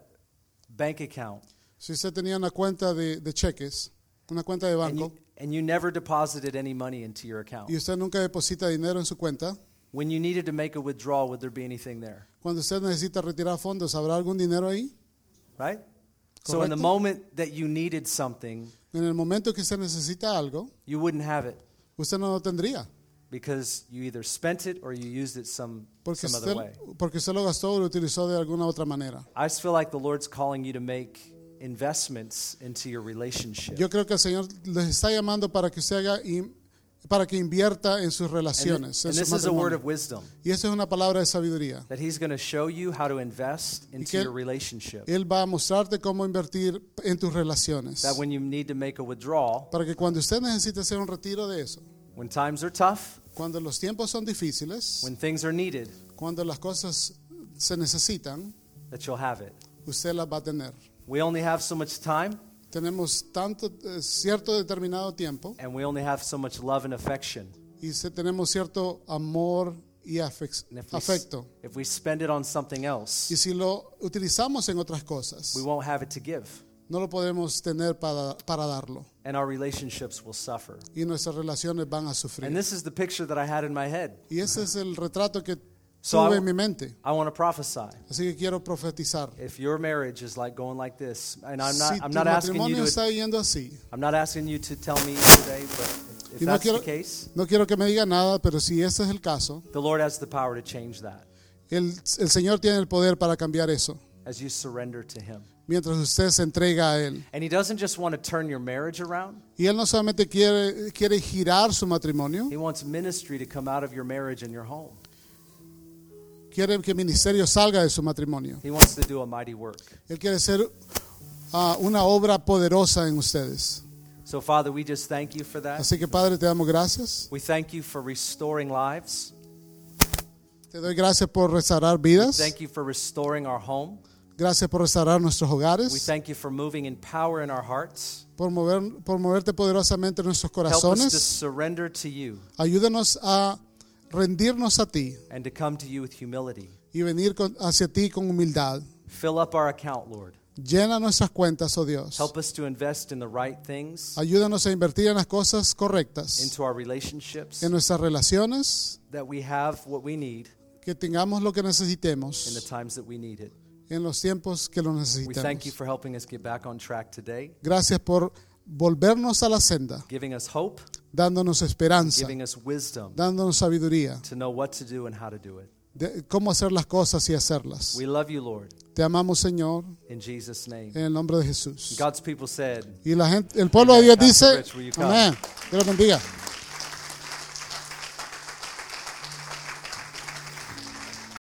S1: bank account
S2: Si usted tenía una cuenta de, de cheques, una cuenta de
S1: and
S2: banco,
S1: you, and you never deposited any money into your account,
S2: y usted nunca deposita dinero en su cuenta,
S1: when you needed to make a withdrawal, would there be anything there?
S2: cuando usted necesita retirar fondos, ¿habrá algún dinero ahí?
S1: Right? So in the
S2: Correcto.
S1: moment that you needed something,
S2: En el momento que usted necesita algo,
S1: you wouldn't have it
S2: usted no lo tendría,
S1: because you either spent it or you used it some
S2: porque
S1: some other
S2: usted,
S1: way.
S2: porque usted lo gastó o lo utilizó de alguna otra manera.
S1: I just feel like the Lord's calling you to make investments into your relationship.
S2: Yo creo que el Señor les está llamando para que usted haga in- para que invierta en sus
S1: and, thi-
S2: relaciones. en
S1: and this
S2: su
S1: is a
S2: matrimonio.
S1: word of wisdom
S2: y esa es una palabra de sabiduría.
S1: that he's going to show you how to invest into
S2: que-
S1: your relationship.
S2: Él va a mostrarte cómo invertir en tus relaciones.
S1: That when you need to make a withdrawal,
S2: Para que cuando usted necesite hacer un retiro de eso,
S1: When times are tough,
S2: cuando los tiempos son difíciles,
S1: when things are needed,
S2: cuando las cosas se necesitan,
S1: that you'll have it.
S2: usted las va a tener.
S1: We only have so much time
S2: Tenemos tanto, eh, cierto determinado tiempo
S1: and we only have so much love and affection.
S2: y se- tenemos cierto amor y afex-
S1: And if we, s-
S2: afecto.
S1: if we spend it on something
S2: Y
S1: else,
S2: si lo utilizamos en otras cosas,
S1: we won't have it to give
S2: no lo podemos tener para, para darlo.
S1: and our relationships will suffer.
S2: Y nuestras relaciones van a
S1: And
S2: sufrir.
S1: this is the picture that I had in my head.
S2: Y ese es el retrato que
S1: So I
S2: tuve
S1: w-
S2: en mi mente.
S1: I want to prophesy.
S2: Así que quiero profetizar.
S1: If your marriage is like going like this, and I'm not,
S2: si
S1: I'm
S2: tu
S1: not asking you
S2: matrimonio
S1: to,
S2: está yendo así,
S1: I'm not asking you to tell me today, but if, if
S2: Y no
S1: that's
S2: quiero-
S1: the case,
S2: no quiero que me diga nada, pero si ese es el caso,
S1: the Lord has the power to change that
S2: el, el Señor tiene el poder para cambiar eso.
S1: as you surrender to Him.
S2: mientras usted se entrega a Él.
S1: And He doesn't just want to turn your marriage around,
S2: Y Él no solamente quiere, quiere girar su matrimonio,
S1: He wants ministry to come out of your marriage and your home.
S2: quiere que el ministerio salga de su matrimonio.
S1: He wants to do a mighty work.
S2: Él quiere hacer ah, una obra poderosa en ustedes.
S1: So, Father, we just thank you for that.
S2: Así que Padre, te damos gracias.
S1: We thank you for restoring lives.
S2: Te doy gracias por restaurar vidas.
S1: Thank you for restoring our home.
S2: Gracias por restaurar nuestros
S1: We
S2: hogares.
S1: thank you for moving in power in our hearts.
S2: Por, mover, por moverte poderosamente en nuestros
S1: Help us to
S2: corazones.
S1: surrender to you
S2: Ayúdanos a rendirnos a ti
S1: and to come to you with humility.
S2: y venir con- hacia ti con humildad.
S1: Fill up our account, Lord.
S2: Llena nuestras cuentas, oh Dios.
S1: Help us to invest in the right things,
S2: Ayúdanos a invertir en las cosas correctas,
S1: into our relationships,
S2: en nuestras relaciones,
S1: that we have what we need
S2: que tengamos lo que
S1: in the
S2: necesitemos
S1: times that we need it.
S2: en los tiempos que lo
S1: We thank you
S2: necesitemos.
S1: for helping us get back on track today,
S2: Gracias por volvernos a la senda,
S1: giving us hope,
S2: dándonos esperanza,
S1: giving us wisdom
S2: dándonos sabiduría
S1: to know what to do and how to do it.
S2: de cómo hacer las cosas y hacerlas.
S1: We love you, Lord,
S2: Te amamos, Señor,
S1: in Jesus' name.
S2: en el nombre de Jesús.
S1: God's people said,
S2: Y la gente, el pueblo de Dios
S1: Pastor
S2: dice,
S1: Rich, will you come?
S2: amén. Dios los bendiga.